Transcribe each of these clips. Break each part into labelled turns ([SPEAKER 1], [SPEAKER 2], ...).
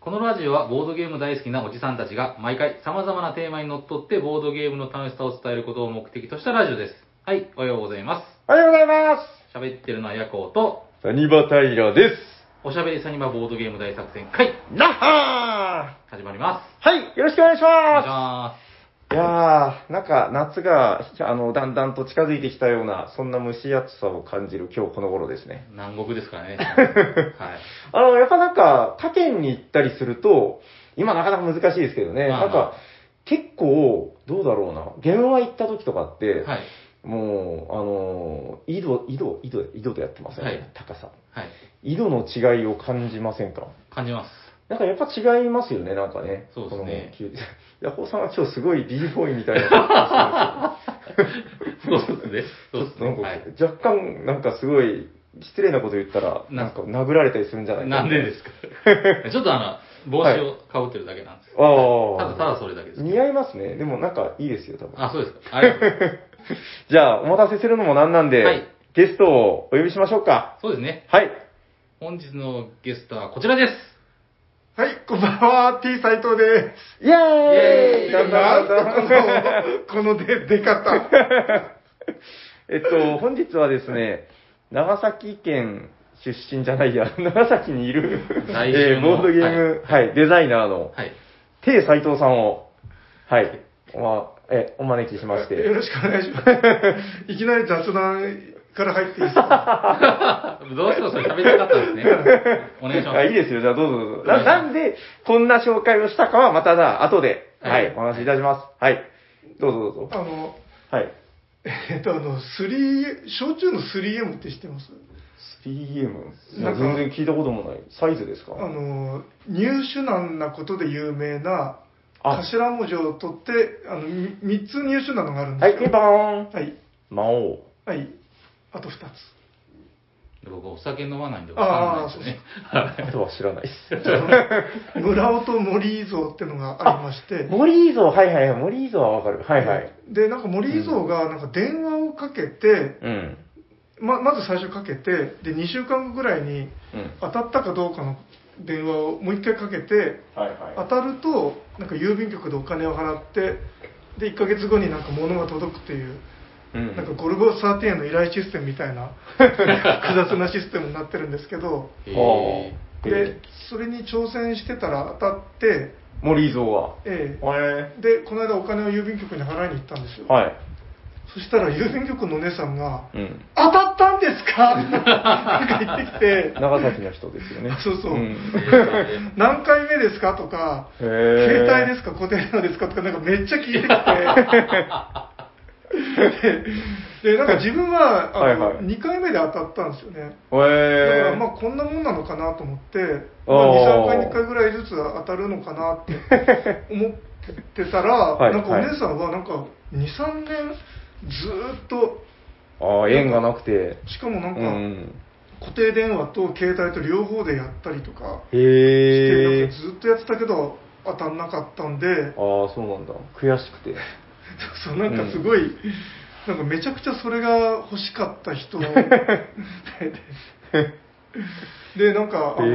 [SPEAKER 1] このラジオはボードゲーム大好きなおじさんたちが毎回様々なテーマにのっとってボードゲームの楽しさを伝えることを目的としたラジオです。はい、おはようございま
[SPEAKER 2] おはようございます
[SPEAKER 1] す。喋ってるのはヤコウと、
[SPEAKER 2] すサニバタイラです
[SPEAKER 1] おしゃべりサニバボードゲーム大作戦会、
[SPEAKER 2] なっは
[SPEAKER 1] 始まります。
[SPEAKER 2] ーはい、よろしくお願いし
[SPEAKER 1] お願いしま
[SPEAKER 2] ま
[SPEAKER 1] す
[SPEAKER 2] いやー、なんか夏が、あの、だんだんと近づいてきたような、そんな蒸し暑さを感じる今日この頃ですね。
[SPEAKER 1] す。南国です からね。はい。
[SPEAKER 2] あの、やっぱなんか、他県に行ったりすると、今なかなか難しいですけどね、
[SPEAKER 1] まあまあ
[SPEAKER 2] なんか、結構、どうだろうな、現場行った時とかって、
[SPEAKER 1] はい。
[SPEAKER 2] もう、あの、井戸、井戸、井戸、井戸でやってますね、
[SPEAKER 1] はい
[SPEAKER 2] 高さ。
[SPEAKER 1] はい。
[SPEAKER 2] 井戸の違いを感じませんか
[SPEAKER 1] 感じます。
[SPEAKER 2] なんかやっぱ違いますよね、なんかね。
[SPEAKER 1] そうですね
[SPEAKER 2] この。ヤホーさんは今日すごい b ボーイみたいな
[SPEAKER 1] そうですね。そ
[SPEAKER 2] 感
[SPEAKER 1] う
[SPEAKER 2] じ
[SPEAKER 1] で
[SPEAKER 2] ですす
[SPEAKER 1] ね。
[SPEAKER 2] ね。なんか
[SPEAKER 1] はい。
[SPEAKER 2] 若干、なんかすごい失礼なこと言ったら、
[SPEAKER 1] な
[SPEAKER 2] なんんか殴られたりするんじゃない
[SPEAKER 1] なんで
[SPEAKER 2] す
[SPEAKER 1] ですかちょっとあの、帽子をかぶってるだけなんです。
[SPEAKER 2] かあ
[SPEAKER 1] た
[SPEAKER 2] あ。
[SPEAKER 1] だただそれだけです。
[SPEAKER 2] 似合いますね。でもなんかいいですよ、多分。
[SPEAKER 1] あ、そうですか。ありがとうございます。
[SPEAKER 2] じゃあ、お待たせするのもなんなんで、
[SPEAKER 1] はい
[SPEAKER 2] ゲストをお呼びしましょうか。
[SPEAKER 1] そうですね。
[SPEAKER 2] はい。
[SPEAKER 1] 本日のゲストはこちらです。
[SPEAKER 3] はい、こんばんは、T 斎藤で
[SPEAKER 1] イ
[SPEAKER 2] イエー
[SPEAKER 1] エー
[SPEAKER 2] イ
[SPEAKER 1] イ
[SPEAKER 2] だんだんだんだん
[SPEAKER 3] す。この、この出、出方。
[SPEAKER 2] えっと、本日はですね、長崎県出身じゃないや、 長崎にいる、
[SPEAKER 1] 来週
[SPEAKER 2] えー
[SPEAKER 1] の
[SPEAKER 2] ボードゲーム、はい、デザイナーの、
[SPEAKER 1] はい。
[SPEAKER 2] てい斎藤さんを、はい、おま、え、お招きしまし
[SPEAKER 3] よ
[SPEAKER 2] て。
[SPEAKER 3] ろしくお願いします。いきなり雑談から入っていいです か
[SPEAKER 1] どうしてもそれ喋りたかったんですね。お願いしま
[SPEAKER 2] あいいですよ、じゃあどうぞどうぞ。ななんで、こんな紹介をしたかはまただ、後で、
[SPEAKER 1] は
[SPEAKER 2] はいい、お話しいたします。はい。どうぞどうぞ。
[SPEAKER 3] あの、
[SPEAKER 2] はい。
[SPEAKER 3] えっと、あの、3、焼酎の 3M って知ってます
[SPEAKER 2] 3M。
[SPEAKER 3] なんか
[SPEAKER 2] 全然聞いたこともない。サイズですか
[SPEAKER 3] あの、入手難なことで有名な、
[SPEAKER 2] あ
[SPEAKER 3] 頭文字を取って、あの、3つ入手難があるん
[SPEAKER 2] はい、
[SPEAKER 3] です
[SPEAKER 2] ピン
[SPEAKER 3] よ。
[SPEAKER 2] ポーン。
[SPEAKER 3] はい。
[SPEAKER 2] 魔王。
[SPEAKER 3] はい。あと2つ。
[SPEAKER 1] す。僕お酒飲まないんでわかん
[SPEAKER 3] あ
[SPEAKER 1] な
[SPEAKER 3] あ、
[SPEAKER 1] い
[SPEAKER 3] そ
[SPEAKER 1] です
[SPEAKER 3] うです
[SPEAKER 1] ね。
[SPEAKER 2] あとは知らな いです。
[SPEAKER 3] 村尾と森伊蔵ってのがありまして。
[SPEAKER 2] 森伊蔵、はいはいはい、森伊蔵はわかる。はいはい。
[SPEAKER 3] で、なんか森伊蔵がなんか電話をかけて、
[SPEAKER 2] うん。
[SPEAKER 3] ままず最初かけて、で、2週間後ぐらいに
[SPEAKER 2] うん。
[SPEAKER 3] 当たったかどうかの電話をもう一回かけて、
[SPEAKER 2] はい
[SPEAKER 3] 当たると、なんか郵便局でお金を払って、で、1ヶ月後になんか物が届くっていう、
[SPEAKER 2] い。うん。
[SPEAKER 3] なんかゴルゴ13への依頼システムみたい な、複雑なシステムになってるんですけど、
[SPEAKER 1] へ
[SPEAKER 2] は
[SPEAKER 1] え
[SPEAKER 2] あ
[SPEAKER 3] で、それに挑戦してたら当たって、
[SPEAKER 2] 森伊蔵は。
[SPEAKER 3] え
[SPEAKER 2] え
[SPEAKER 3] えで、この間お金を郵便局に払いに行ったんですよ。
[SPEAKER 2] はい。
[SPEAKER 3] そしたら郵便局のお姉さんが、
[SPEAKER 2] うん。
[SPEAKER 3] 当たったんで すかってなんか言ってきて、。
[SPEAKER 2] 長崎の人ですよね
[SPEAKER 3] そうそう何回目ですかとか、
[SPEAKER 2] 携
[SPEAKER 3] 携帯ですか固定電話ですかとか、なんかめっちゃ聞いてき て。で、でなんか自分は、あの、
[SPEAKER 2] はいはい
[SPEAKER 3] 2回目で当たったんですよね。
[SPEAKER 2] へ
[SPEAKER 3] だから
[SPEAKER 2] え
[SPEAKER 3] まあこんなもんなのかなと思って、ま
[SPEAKER 2] おー
[SPEAKER 3] あ、2、3回に1回ぐらいずつ当たるのかなって思ってたら、
[SPEAKER 2] はい
[SPEAKER 3] なんかお姉さんはなんか2、3年ずーっと、
[SPEAKER 2] ああ、縁がなくて。
[SPEAKER 3] しかもな
[SPEAKER 2] うん
[SPEAKER 3] か
[SPEAKER 2] ん。
[SPEAKER 3] 固定電話と携帯と両方でやったりとか、して
[SPEAKER 2] へ
[SPEAKER 3] なん
[SPEAKER 2] え
[SPEAKER 3] か。ずっとやってたけど当たんなかったんで
[SPEAKER 2] あ あ、そうなんだ。悔しくて。
[SPEAKER 3] そうなんかすごい、なんかめちゃくちゃそれが欲しかった 人でなんかあの、
[SPEAKER 2] へ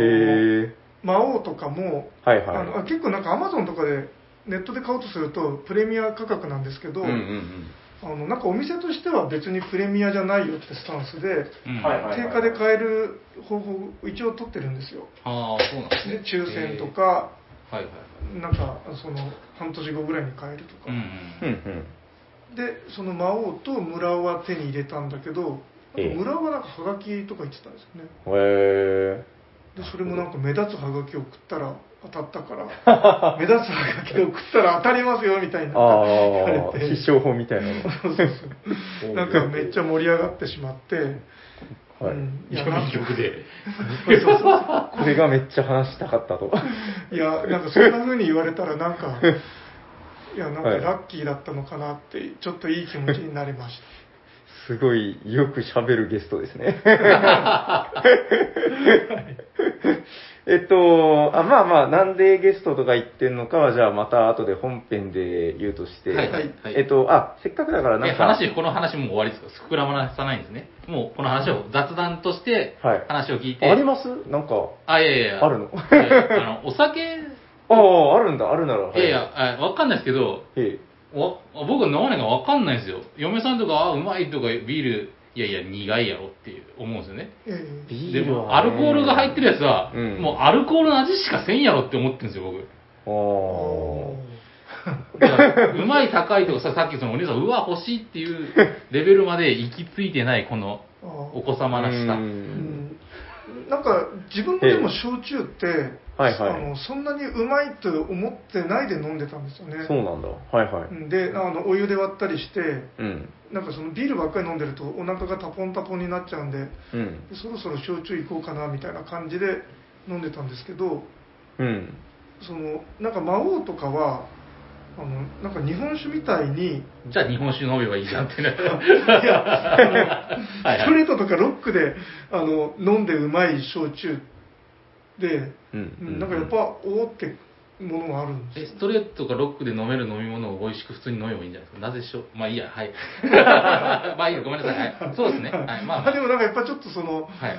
[SPEAKER 2] え。
[SPEAKER 3] 魔王とかも、
[SPEAKER 2] はい
[SPEAKER 3] あのあ
[SPEAKER 2] は
[SPEAKER 3] 結構なんかアマゾンとかでネットで買おうとするとプレミア価格なんですけ
[SPEAKER 2] い。
[SPEAKER 3] ど、
[SPEAKER 2] うんうん
[SPEAKER 3] あのなんかお店としては別にプレミアじゃないよってスタンスで、
[SPEAKER 1] うん
[SPEAKER 2] はいはい
[SPEAKER 3] 定価で買える方法を一応取ってるんですよ
[SPEAKER 1] ああ、そうなんです
[SPEAKER 3] で
[SPEAKER 1] ね。
[SPEAKER 3] 抽選とか、
[SPEAKER 1] へえ。はいはい。
[SPEAKER 3] なんかその半年後ぐらいに買えるとか、
[SPEAKER 1] うん
[SPEAKER 2] うん。う
[SPEAKER 1] うんん。
[SPEAKER 2] うん。
[SPEAKER 3] でその魔王と村尾は手に入れたんだけど
[SPEAKER 2] ええ
[SPEAKER 3] 村尾はなんかハガキとか言ってたんですよね
[SPEAKER 2] へ え。
[SPEAKER 3] でそれもなんか目立つハガキを送ったら当たった から目立つハガキを送ったら当たりますよみたいな
[SPEAKER 2] ああ、
[SPEAKER 3] 言われ
[SPEAKER 2] 必
[SPEAKER 3] て
[SPEAKER 2] 勝法みたいなの。
[SPEAKER 3] そうそうそうなんかめっちゃ盛り上がってしまって、
[SPEAKER 2] はい
[SPEAKER 3] うんいやなん
[SPEAKER 1] 郵
[SPEAKER 3] か
[SPEAKER 1] 便局で。
[SPEAKER 3] そうそうそう
[SPEAKER 2] これがめっちゃ話したかった と。
[SPEAKER 3] いやなんかそんな風に言われたらなん かいやなんか
[SPEAKER 2] はい
[SPEAKER 3] ラッキーだったのかなってちょっといい気持ちになりました
[SPEAKER 2] すごいよく喋るゲストですね。ええっと、あまあまあ、なんでゲストとか言ってんのかは、じゃあまた後で本編で言うとして、
[SPEAKER 1] はいはいはい
[SPEAKER 2] えっと、あ、せっかくだからなん
[SPEAKER 1] え、
[SPEAKER 2] か、
[SPEAKER 1] 話、この話もう終わりですか膨らまさないんですね。もう、この話を雑談として、
[SPEAKER 2] はい
[SPEAKER 1] 話を聞いて。
[SPEAKER 2] ありますなんか、
[SPEAKER 1] あ、いやいやいや。
[SPEAKER 2] あるの
[SPEAKER 1] いやいやあの、お酒、
[SPEAKER 2] ああ、あるんだ、あるなら、はい
[SPEAKER 1] やいや、あわかんないですけど、
[SPEAKER 2] え
[SPEAKER 1] わ僕飲まないからわかんないんですよ。嫁さんとか、あ、うまいとか、ビール、いやいや、苦いやろっていう思うんですよね。
[SPEAKER 3] え
[SPEAKER 2] え
[SPEAKER 3] え
[SPEAKER 2] ビ
[SPEAKER 1] で
[SPEAKER 2] ールは
[SPEAKER 1] も、アルコールが入ってるやつは、
[SPEAKER 2] うん
[SPEAKER 1] もうアルコールの味しかせんやろって思ってるんですよ、僕。
[SPEAKER 2] あ
[SPEAKER 1] だからうまい、高いとかさ、さっきそのお姉さん、うわ、欲しいっていうレベルまで行き着いてない、この
[SPEAKER 3] あー
[SPEAKER 1] お子様
[SPEAKER 2] あ。
[SPEAKER 1] らしさ。
[SPEAKER 2] うん
[SPEAKER 3] なんか自分もでも焼酎って、
[SPEAKER 2] はいはい
[SPEAKER 3] あのそんなにうまいと思ってないで飲んでたんですよね
[SPEAKER 2] そうなんだ。はいはい。
[SPEAKER 3] であのお湯で割ったりして
[SPEAKER 2] うん。
[SPEAKER 3] なんかそのビールばっかり飲んでるとお腹がタポンタポンになっちゃうんで
[SPEAKER 2] うん。
[SPEAKER 3] そろそろ焼酎行こうかなみたいな感じで飲んでたんですけど
[SPEAKER 2] うん。
[SPEAKER 3] そのなんか魔王とかはあのなんか日本酒みたいに
[SPEAKER 1] じゃあ日本酒飲めばいいじゃんってね。
[SPEAKER 3] いやあの
[SPEAKER 1] はいはい
[SPEAKER 3] ストレートとかロックであの飲んでうまい焼酎で、
[SPEAKER 2] うん
[SPEAKER 3] なんかやっぱおおってものがあるんです
[SPEAKER 1] え
[SPEAKER 3] よ
[SPEAKER 1] ストレートかロックで飲める飲み物を美味しく普通に飲めばいいんじゃないですか。なぜしょまあいいや、はい。 まあいいや、ごめんなさい。はい、そうですね。はい、まあ、ま
[SPEAKER 3] でもなんかやっぱちょっとその
[SPEAKER 1] あ、はい。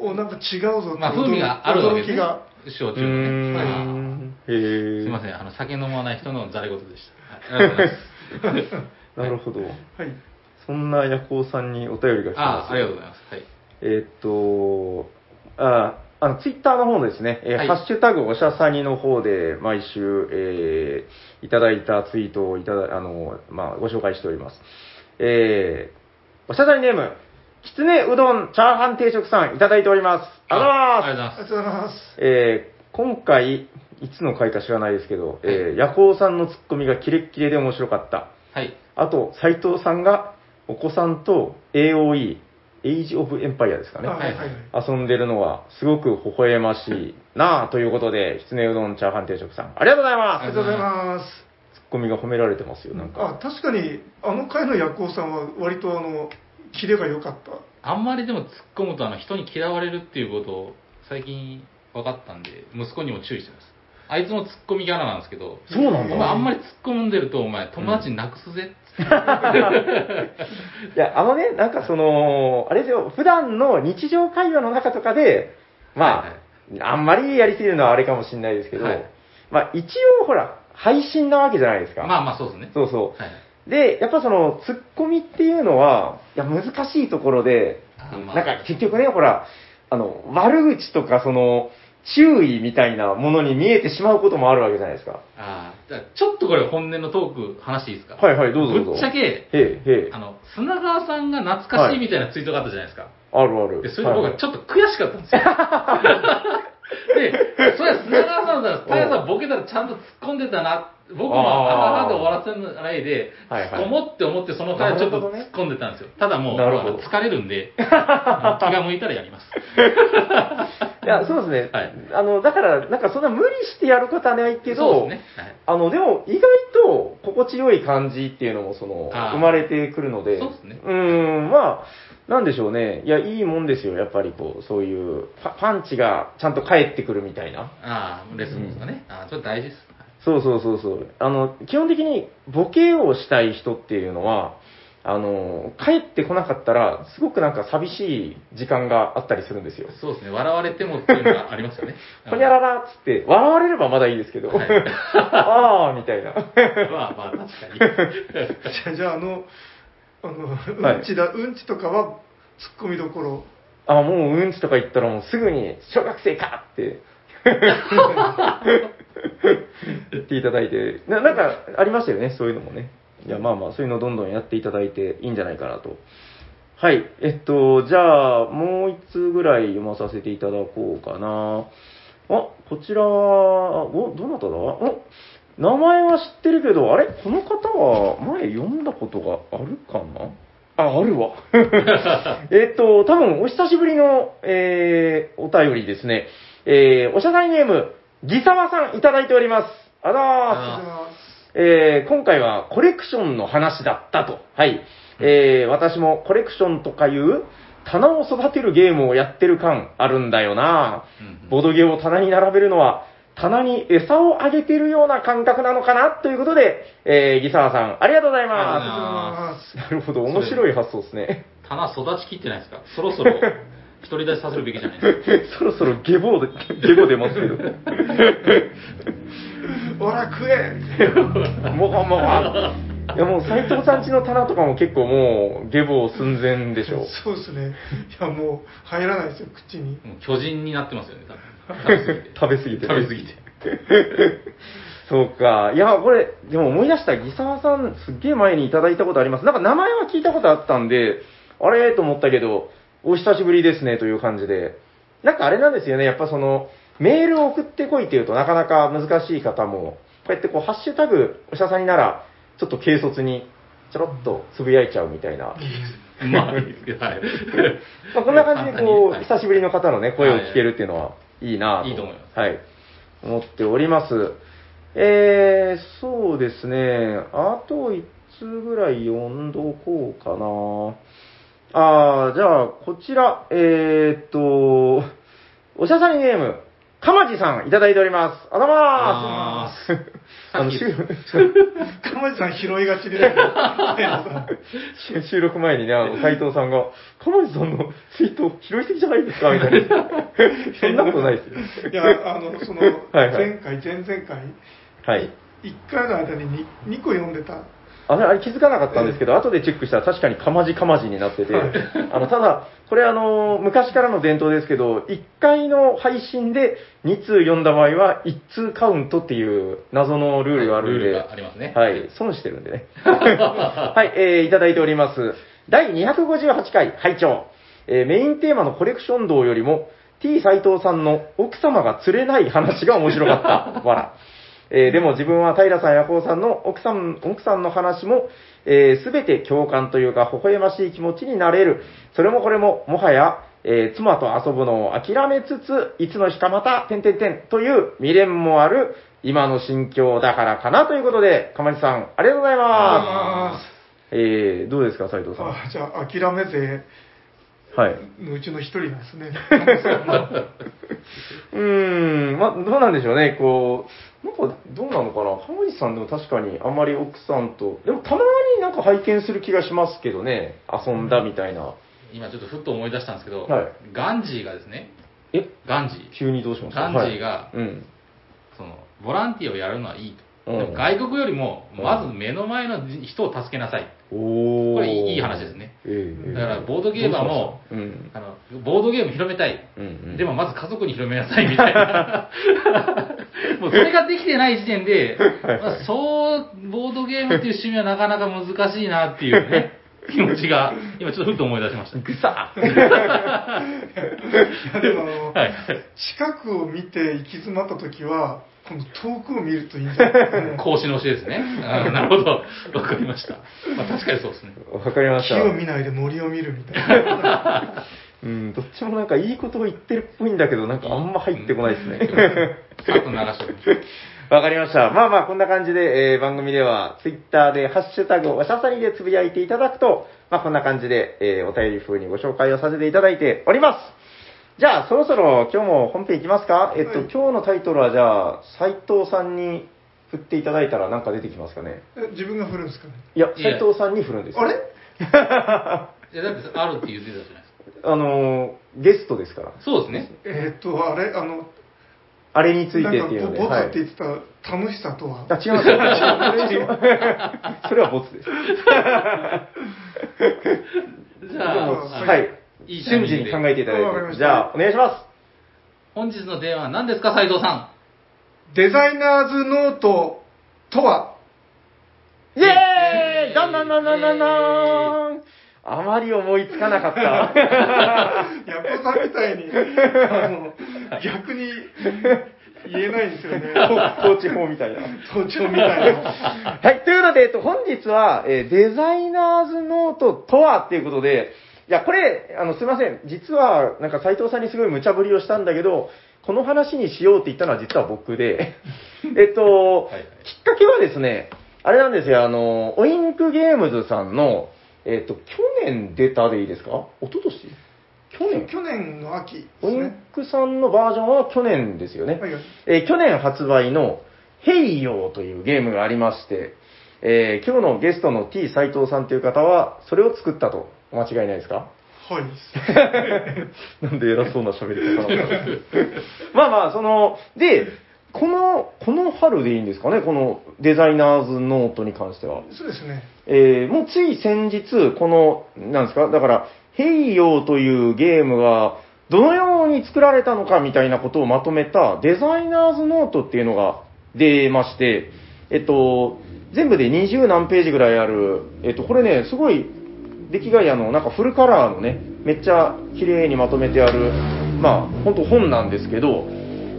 [SPEAKER 3] おなんか違うぞって
[SPEAKER 1] まあ風味があるわけで
[SPEAKER 3] 驚
[SPEAKER 1] す
[SPEAKER 3] き
[SPEAKER 1] ね
[SPEAKER 3] が。
[SPEAKER 1] 焼
[SPEAKER 2] う
[SPEAKER 1] 酎の
[SPEAKER 2] ー
[SPEAKER 1] ね。はい
[SPEAKER 2] ん。へえ。
[SPEAKER 1] すいません、あの、酒飲まない人のざれ言でした。はいありがとうございます。
[SPEAKER 2] なるほど。
[SPEAKER 3] はい
[SPEAKER 2] そんな夜行さんにお便りが来てま
[SPEAKER 1] ああ、
[SPEAKER 2] す。
[SPEAKER 1] ありがとうございます。はい。
[SPEAKER 2] えーっと、あ、あの、ツイッターの方のですね、えー
[SPEAKER 1] はい
[SPEAKER 2] ハッシュタグおしゃさにの方で毎週、えーいただいたツイートをいただ、あの、まあ、ご紹介しております。えーおしゃさにネーム、きつねうどんチャーハン定食さんいただいております。ありがと
[SPEAKER 1] りが
[SPEAKER 2] うございます。
[SPEAKER 3] あり
[SPEAKER 1] とう
[SPEAKER 3] がとうございます
[SPEAKER 2] えー今回、いつの回か知らないですけど、えー、夜行さんのツッコミがキレッキレで面白かった。
[SPEAKER 1] ございます。
[SPEAKER 2] あと、斉藤さんが、お子さんと AOE、エイジ・オブ・エンパイアですかね。
[SPEAKER 3] はいはいはい
[SPEAKER 2] 遊んでるのはすごく微笑ましいなあということで、きつねうどんチャーハン定食さん、ありがとうござい
[SPEAKER 3] あり
[SPEAKER 2] ま
[SPEAKER 3] がとうございます
[SPEAKER 2] すツッコミが褒められてますよ、なんか。
[SPEAKER 3] あ確かにあの回の夜行さんは割とあのキレが良かった
[SPEAKER 1] あんまりでも突っ込むと、あの、人に嫌われるっていうことを最近分かったんで、息子にも注意してます。あいつの突っ込みキャラなんですけど、
[SPEAKER 2] そうなん
[SPEAKER 1] お
[SPEAKER 2] だ。
[SPEAKER 1] 前あんまり突っ込んでると、お前、友達なくすぜ。
[SPEAKER 2] いや、あのね、なんかその、あれですよ、普段の日常会話の中とかで、
[SPEAKER 1] は
[SPEAKER 2] まあ、あんまりやりすぎるのはあれかもしれないですけど、
[SPEAKER 1] はい
[SPEAKER 2] まあ一応ほら、配信なわけじゃないですか。
[SPEAKER 1] まあまあ、そうですね。
[SPEAKER 2] そうそう。
[SPEAKER 1] はい。
[SPEAKER 2] で、やっぱその、ツッコミっていうのは、いや、難しいところで、
[SPEAKER 1] あまあ
[SPEAKER 2] なんか結局ね、ほら、あの、悪口とか、その、注意みたいなものに見えてしまうこともあるわけじゃないですか。
[SPEAKER 1] ああ、じゃあちょっとこれ本音のトーク話していいですか
[SPEAKER 2] はいはい、どうぞどうぞ。
[SPEAKER 1] ぶっちゃけ、
[SPEAKER 2] へえ、へえ
[SPEAKER 1] あ、の、砂川さんが懐かし
[SPEAKER 2] はいい
[SPEAKER 1] みたいなツイートがあったじゃないですか。
[SPEAKER 2] あるある。
[SPEAKER 1] で、それで僕はちょっと悔しかったん ですよ。で、それは砂川さんだったら、たださんボケたらちゃんと突っ込んでたな。僕もあははで終わらせないで、
[SPEAKER 2] はいはい
[SPEAKER 1] 突っ込もうって思って、その回はちょっと突っ込んでたんですよ。ただもう、
[SPEAKER 2] なるほど
[SPEAKER 1] 疲れるん で、あの気が向いたらやります。
[SPEAKER 2] いや、そうですね。
[SPEAKER 1] はい
[SPEAKER 2] あの、だから、なんかそんな無理してやることはないけ
[SPEAKER 1] そう
[SPEAKER 2] ど、
[SPEAKER 1] ですね。はい
[SPEAKER 2] あの、でも、意外と、心地よい感じっていうのも、その、
[SPEAKER 1] あー
[SPEAKER 2] 生まれてくるので、
[SPEAKER 1] そうですね
[SPEAKER 2] ーん、まあ、なんでしょうね。いや、いいもんですよ、やっぱり、こう、そういうパ、パンチがちゃんと返ってくるみたいな。
[SPEAKER 1] ああ、レッスンですかね。ああ、それ大事です。
[SPEAKER 2] そうそうそうそう。あの、基本的に、ボケをしたい人っていうのは、あの、帰ってこなかったら、すごくなんか寂しい時間があったりするんですよ。。
[SPEAKER 1] そうですね。笑われてもっていうのがありますよね
[SPEAKER 2] ほにゃららっつって、笑われればまだいいですけど、
[SPEAKER 1] はい
[SPEAKER 2] あーみたいな。
[SPEAKER 1] まあまあ、確 かに。
[SPEAKER 3] じゃあじゃああのあの、
[SPEAKER 2] はい
[SPEAKER 3] うんちだうんちとかはツッコミどころ
[SPEAKER 2] あ、もううんちとか言ったらもうすぐに、小学生かって。言っていただいてな、なんかありましたよね、そういうのもね。いや、まあまあ、そういうのどんどんやっていただいていいんじゃないかなと。はい、えっと、じゃあ、もう一通ぐらい読まさせていただこうかな。あ、こちらは、お、どなただお、名前は知ってるけど、あれこの方は前読んだことがあるかなあ、あるわ。 えっと、多分お久しぶりの、えー、お便りですね。えー、おしゃさんネーム、ギサワさんいただいております。あらー
[SPEAKER 1] あ
[SPEAKER 2] えー、今回はコレクションの話だったと。はい。えー、私もコレクションとかいう棚を育てるゲームをやってる感あるんだよな
[SPEAKER 1] うん
[SPEAKER 2] ボードゲームを棚に並べるのは、棚に餌をあげてるような感覚なのかなということで、えー、ギサーさん、ありがとうござ
[SPEAKER 1] あ
[SPEAKER 2] い
[SPEAKER 1] りがとうござい
[SPEAKER 2] ま。
[SPEAKER 1] ますあ
[SPEAKER 2] なるほど、面白い発想ですね。
[SPEAKER 1] 棚育ちきってないですかそろそろ独り立ちさせるべきじゃないですか
[SPEAKER 2] そろそろ下坊で、下坊出ますけど。
[SPEAKER 3] おら食え
[SPEAKER 2] もごもご。いやもう斎藤さん家の棚とかも結構もう下坊寸前でしょ。
[SPEAKER 3] そうですねいやもう入らないですよ口に
[SPEAKER 1] もう巨人になってますよね多
[SPEAKER 2] 食べ過ぎ
[SPEAKER 1] 分
[SPEAKER 2] て、
[SPEAKER 1] 食べ過ぎて
[SPEAKER 2] そうか。いや、これ、でも思い出した。ギサワさん、すっげえ前にいただいたことあります。なんか名前は聞いたことあったんで、あれと思ったけど、お久しぶりですねという感じで。なんかあれなんですよね。やっぱその、メールを送ってこいっていうとなかなか難しい方も、こうやってこう、ハッシュタグ、おしゃさになら、ちょっと軽率に、ちょろっとつぶやいちゃうみたいな。
[SPEAKER 1] まあいいですけどはい
[SPEAKER 2] まあ、こんな感じでこ
[SPEAKER 1] は
[SPEAKER 2] う、
[SPEAKER 1] い
[SPEAKER 2] 久しぶりの方のね、声を聞けるっていうのはいいなぁ
[SPEAKER 1] いいと思いま。す
[SPEAKER 2] はい。思っております。えー、そうですね。あと1通ぐらい読んどこうかなあー、じゃあ、こちら、えーっと、おしゃさにネーム、かまじさんいただいております。あざまーす。
[SPEAKER 1] あー
[SPEAKER 2] あの、
[SPEAKER 1] さっき
[SPEAKER 2] 収
[SPEAKER 3] 鎌地さん拾いがちですね
[SPEAKER 2] 収 録前にね、あの、斎藤さんが、かまじさんのツイート拾いすぎじゃないですかみたいな。 そんなことないですよ。
[SPEAKER 3] いやあのその
[SPEAKER 2] はいはい
[SPEAKER 3] 前回前々回
[SPEAKER 2] はい。
[SPEAKER 3] 1回の間に 2, 個読んでた
[SPEAKER 2] あれ、あれ気づかなかったんですけど、後でチェックしたら確かにかまじかまじになってて、あの、ただ、これあの、昔からの伝統ですけど、1回の配信で2通読んだ場合は、1通カウントっていう謎のルールがあるん
[SPEAKER 1] ルール
[SPEAKER 2] で、
[SPEAKER 1] がありますね
[SPEAKER 2] はい、損してるんでね。はい、えーいただいております。第258回、拝聴。えーメインテーマのコレクション道よりも、T 斎藤さんの奥様が釣れない話が面白かった。笑。えーでも自分は平さんやこうさんの奥さん、奥さんの話も、えすべて共感というか、微笑ましい気持ちになれる。それもこれも、もはや、えー妻と遊ぶのを諦めつつ、いつの日かまた、てんてんてんという未練もある、今の心境だからかなということで、かまじさん、ありがとうございます。
[SPEAKER 3] あ
[SPEAKER 2] えーどうですか、斉藤さん。
[SPEAKER 3] あじゃあ諦め勢
[SPEAKER 2] はい。
[SPEAKER 3] のうちの一人なんですね
[SPEAKER 2] うーん、まあ、どうなんでしょうね、こう、なんか、どうなのかな、浜口さんでも確かにあんまり奥さんと、でもたまになんか拝見する気がしますけどね、遊んだみたいな。
[SPEAKER 1] 今ちょっとふっと思い出したんですけど、
[SPEAKER 2] はい
[SPEAKER 1] ガンジーがですね
[SPEAKER 2] え
[SPEAKER 1] ガンジー
[SPEAKER 2] 急にどうしました
[SPEAKER 1] ガンジーが
[SPEAKER 2] はいうん。
[SPEAKER 1] そのボランティアをやるのはいいと、
[SPEAKER 2] うん
[SPEAKER 1] でも外国よりもまず目の前の人を助けなさい、
[SPEAKER 2] おー
[SPEAKER 1] これいいいい話ですね。
[SPEAKER 2] ええええ
[SPEAKER 1] だからボードゲーマーも
[SPEAKER 2] どうしました
[SPEAKER 1] あのボードゲーム広めたい、
[SPEAKER 2] うん。うんうん
[SPEAKER 1] でも、まず家族に広めなさいみたい なもうそれができてない時点で、まあそうボードゲームっていう趣味はなかなか難しいなっていう ね気持ちが今ちょっとふっと思い出しました
[SPEAKER 2] ぐさ
[SPEAKER 3] いやでもあの
[SPEAKER 1] はい
[SPEAKER 3] 近くを見て行き詰まった時はこの遠くを見るといいんじゃないです かね
[SPEAKER 1] 講師の教えですねあなるほどわかりました、まあ、確かにそうですね
[SPEAKER 2] ーわかりまし
[SPEAKER 3] 木
[SPEAKER 2] た。
[SPEAKER 3] を見ないで森を見るみた いな
[SPEAKER 2] うん、どっちもなんかいいことを言ってるっぽいんだけど、なんかあんま入ってこないですね。
[SPEAKER 1] さっと流しておきます
[SPEAKER 2] わかりました。まあまあ、こんな感じで、えー番組では、ツイッターで、ハッシュタグをおしゃさにでつぶやいていただくと、まあ、こんな感じで、えーお便り風にご紹介をさせていただいております。じゃあ、そろそろ今日も本編いきますかえっと、
[SPEAKER 3] はい
[SPEAKER 2] 今日のタイトルは、じゃあ、斎藤さんに振っていただいたらなんか出てきますかね
[SPEAKER 3] え自分が振るんですかね
[SPEAKER 2] いや、
[SPEAKER 1] いや
[SPEAKER 2] 斎藤さんに振るん ですよ
[SPEAKER 3] あ
[SPEAKER 1] い
[SPEAKER 3] れ
[SPEAKER 1] やだってあるって言ってたじゃないですか
[SPEAKER 2] あのーゲストですから。
[SPEAKER 1] そうですね
[SPEAKER 3] えーっとあれあの
[SPEAKER 2] あれについて
[SPEAKER 3] な
[SPEAKER 2] っ
[SPEAKER 3] ん
[SPEAKER 2] て
[SPEAKER 3] か
[SPEAKER 2] いうので。
[SPEAKER 3] ボボ
[SPEAKER 2] は
[SPEAKER 3] ツ
[SPEAKER 2] い
[SPEAKER 3] って言ってた楽しさとは、
[SPEAKER 2] あ、違うんですよ。 それはボツです。
[SPEAKER 1] じゃああの
[SPEAKER 2] はい。
[SPEAKER 1] いいタイ
[SPEAKER 2] 瞬
[SPEAKER 1] ミング
[SPEAKER 2] 時に
[SPEAKER 1] で
[SPEAKER 2] 考えていただ
[SPEAKER 3] わかりま
[SPEAKER 2] いて。
[SPEAKER 3] し
[SPEAKER 2] じ
[SPEAKER 3] た
[SPEAKER 2] ゃあ、お願いしま
[SPEAKER 1] 本日のテーマは何ですか斉藤さ
[SPEAKER 3] デザイナーズノートと は
[SPEAKER 2] すイェーイダンダンダンダンダンダンあまり思いつかなかった。
[SPEAKER 3] ヤコさんみたいにあの逆に言えないんです よね
[SPEAKER 2] 統治法みたいな。
[SPEAKER 3] 盗聴みたいな
[SPEAKER 2] はい、というので、えっと、本日は、えーデザイナーズノートとはっていうことで、いや、これ、あの、すいません。実は、なんか斉藤さんにすごい無茶ぶりをしたんだけど、この話にしようって言ったのは実は僕で、えっと、
[SPEAKER 1] はいはい
[SPEAKER 2] きっかけはですね、あれなんですよ、あの、オインクゲームズさんの、えっと、去年出たでいいですか一昨年去年
[SPEAKER 3] 去年の秋です
[SPEAKER 2] お肉
[SPEAKER 3] ね。
[SPEAKER 2] さんのバージョンは去年ですよね。
[SPEAKER 3] はいはい
[SPEAKER 2] えー去年発売の「ヘイヨー」というゲームがありまして、えー今日のゲストの T 斎藤さんという方はそれを作ったとお間違いないですか
[SPEAKER 3] はい。
[SPEAKER 2] なんで偉そうな喋り方なんだ まあまあそのでこのこの春でいいんですかねこのデザイナーズノートに関しては
[SPEAKER 3] そうです ね。
[SPEAKER 2] えーもうつい先日、この、なんですか、だから、ヘイヨーというゲームが、どのように作られたのかみたいなことをまとめた、デザイナーズノートっていうのが出まして、えっと、全部で20何ページぐらいある、えっと、これね、すごい、出来がいいあの、なんかフルカラーのね、めっちゃ綺麗にまとめてある、まあ、ほんと本なんですけど、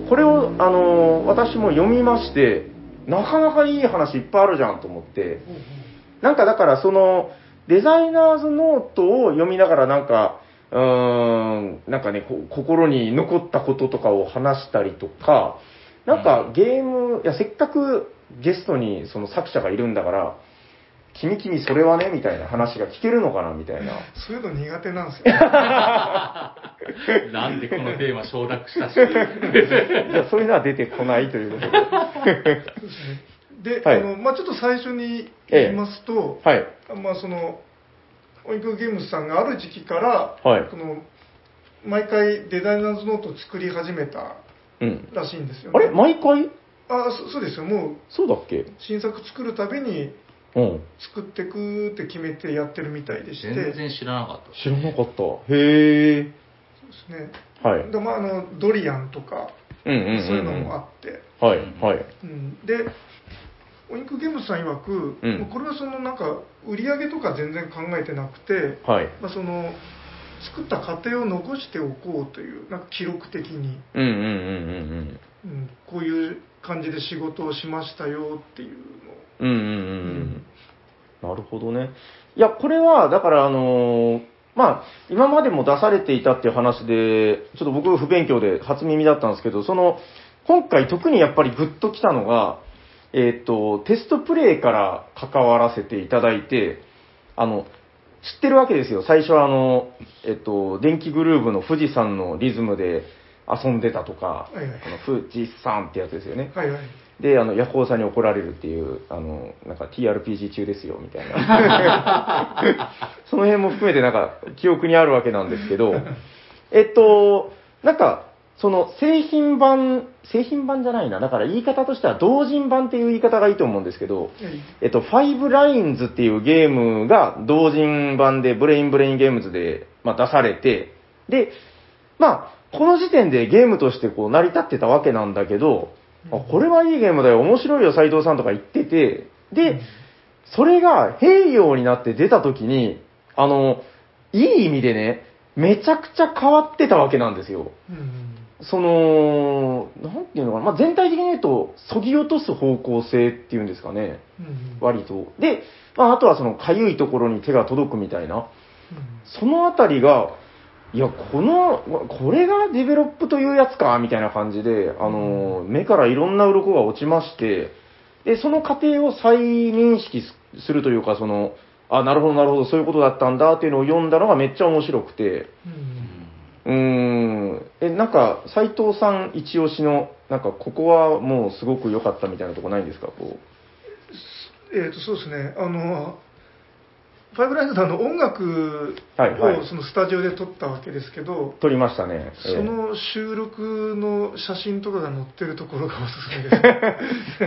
[SPEAKER 2] これを、あの私も読みまして、なかなかいい話いっぱいあるじゃんと思って、なんかだからその、デザイナーズノートを読みながらなんか、うーん、なんかね、こ心に残ったこととかを話したりとか、なんかゲーム、いや、せっかくゲストにその作者がいるんだから、君君それはね、みたいな話が聞けるのかな、みたい な。
[SPEAKER 3] そういうの苦手なんですよ。
[SPEAKER 1] なんでこのテーマ承諾したし。
[SPEAKER 2] いや、そういうのは出てこないということで。
[SPEAKER 3] そうですねで、
[SPEAKER 2] はい
[SPEAKER 3] あの、まあちょっと最初に言いますと、
[SPEAKER 2] はい。
[SPEAKER 3] まあその、オイクゲームズさんがある時期から、
[SPEAKER 2] はい
[SPEAKER 3] この、毎回デザイナーズノートを作り始めた
[SPEAKER 2] うん。
[SPEAKER 3] らしいんですよ
[SPEAKER 2] あ
[SPEAKER 3] ね。
[SPEAKER 2] れ毎回
[SPEAKER 3] あそそうですよ。もう、
[SPEAKER 2] そうだっけ
[SPEAKER 3] 新作作るたびに
[SPEAKER 2] うん。
[SPEAKER 3] 作ってくって決めてやってるみたいでして、
[SPEAKER 1] 全然知らなかっ
[SPEAKER 2] 知らなかった。へえ。
[SPEAKER 3] そうですね。
[SPEAKER 2] はい。
[SPEAKER 3] でまあ、あのドリアンとか、
[SPEAKER 2] うんうんうんうん。
[SPEAKER 3] そういうのもあって、
[SPEAKER 2] はい、はい。
[SPEAKER 3] うん、でオインクゲームズさん曰く、
[SPEAKER 2] うん
[SPEAKER 3] もうこれはそのなんか売り上げとか全然考えてなくて、
[SPEAKER 2] はい。
[SPEAKER 3] まあ、その作った過程を残しておこうというなんか記録的に、
[SPEAKER 2] うんうんうん
[SPEAKER 3] うん、こういう感じで仕事をしましたよっていう
[SPEAKER 2] うんうん。うんうんうんうん。なるほどね。いや、これは、だから、あのーまあ、今までも出されていたっていう話で、ちょっと僕不勉強で初耳だったんですけど、その、今回特にやっぱりグッときたのが、えーっ、と、テストプレイから関わらせていただいて、あの、知ってるわけですよ。最初はあの、えっと、電気グルーヴの富士山のリズムで遊んでたとか、
[SPEAKER 3] はいはい
[SPEAKER 2] あの富士山ってやつですよね
[SPEAKER 3] の。はいはい
[SPEAKER 2] で、あの、ヤホーさんに怒られるっていう、あの、なんか TRPG 中ですよ、みたいな。その辺も含めてなんか、記憶にあるわけなんですけど、えっと、なんか、その、製品版、製品版じゃないな。だから言い方としては、同人版っていう言い方がいいと思うんですけど、
[SPEAKER 3] はい
[SPEAKER 2] えっと、ファイブラインズっていうゲームが同人版で、ブレインブレインゲームズで、まあ、出されて、で、まあ、この時点でゲームとしてこう成り立ってたわけなんだけど、あこれはいいゲームだよ、面白いよ、斎藤さんとか言ってて、で、それが、平洋になって出た時に、あの、いい意味でね、めちゃくちゃ変わってたわけなんですよ。
[SPEAKER 3] うん
[SPEAKER 2] その、なんていうのかな、まあ、全体的に言うと、そぎ落とす方向性っていうんですかね。
[SPEAKER 3] うん
[SPEAKER 2] 割と。で、まあ、あとはその、かゆいところに手が届くみたいな。そのあたりが、いや、この、これがデベロップというやつか、みたいな感じで、あの、目からいろんな鱗が落ちまして、で、その過程を再認識すするというか、その、あ、なるほど、なるほど、そういうことだったんだ、っていうのを読んだのがめっちゃ面白くて、
[SPEAKER 3] うんう
[SPEAKER 1] た。うんん
[SPEAKER 2] うーん、え、なんか、斎藤さん一押しの、なんか、ここはもうすごく良かったみたいなとこないんですか、こ
[SPEAKER 3] えー、とそうですね、あの、ファイブラインズさんの音楽
[SPEAKER 2] はいはい
[SPEAKER 3] をそのスタジオで撮ったわけですけど
[SPEAKER 2] う、、撮りましたね。ええ
[SPEAKER 3] その収録の写真とかが載ってるところがおすすめ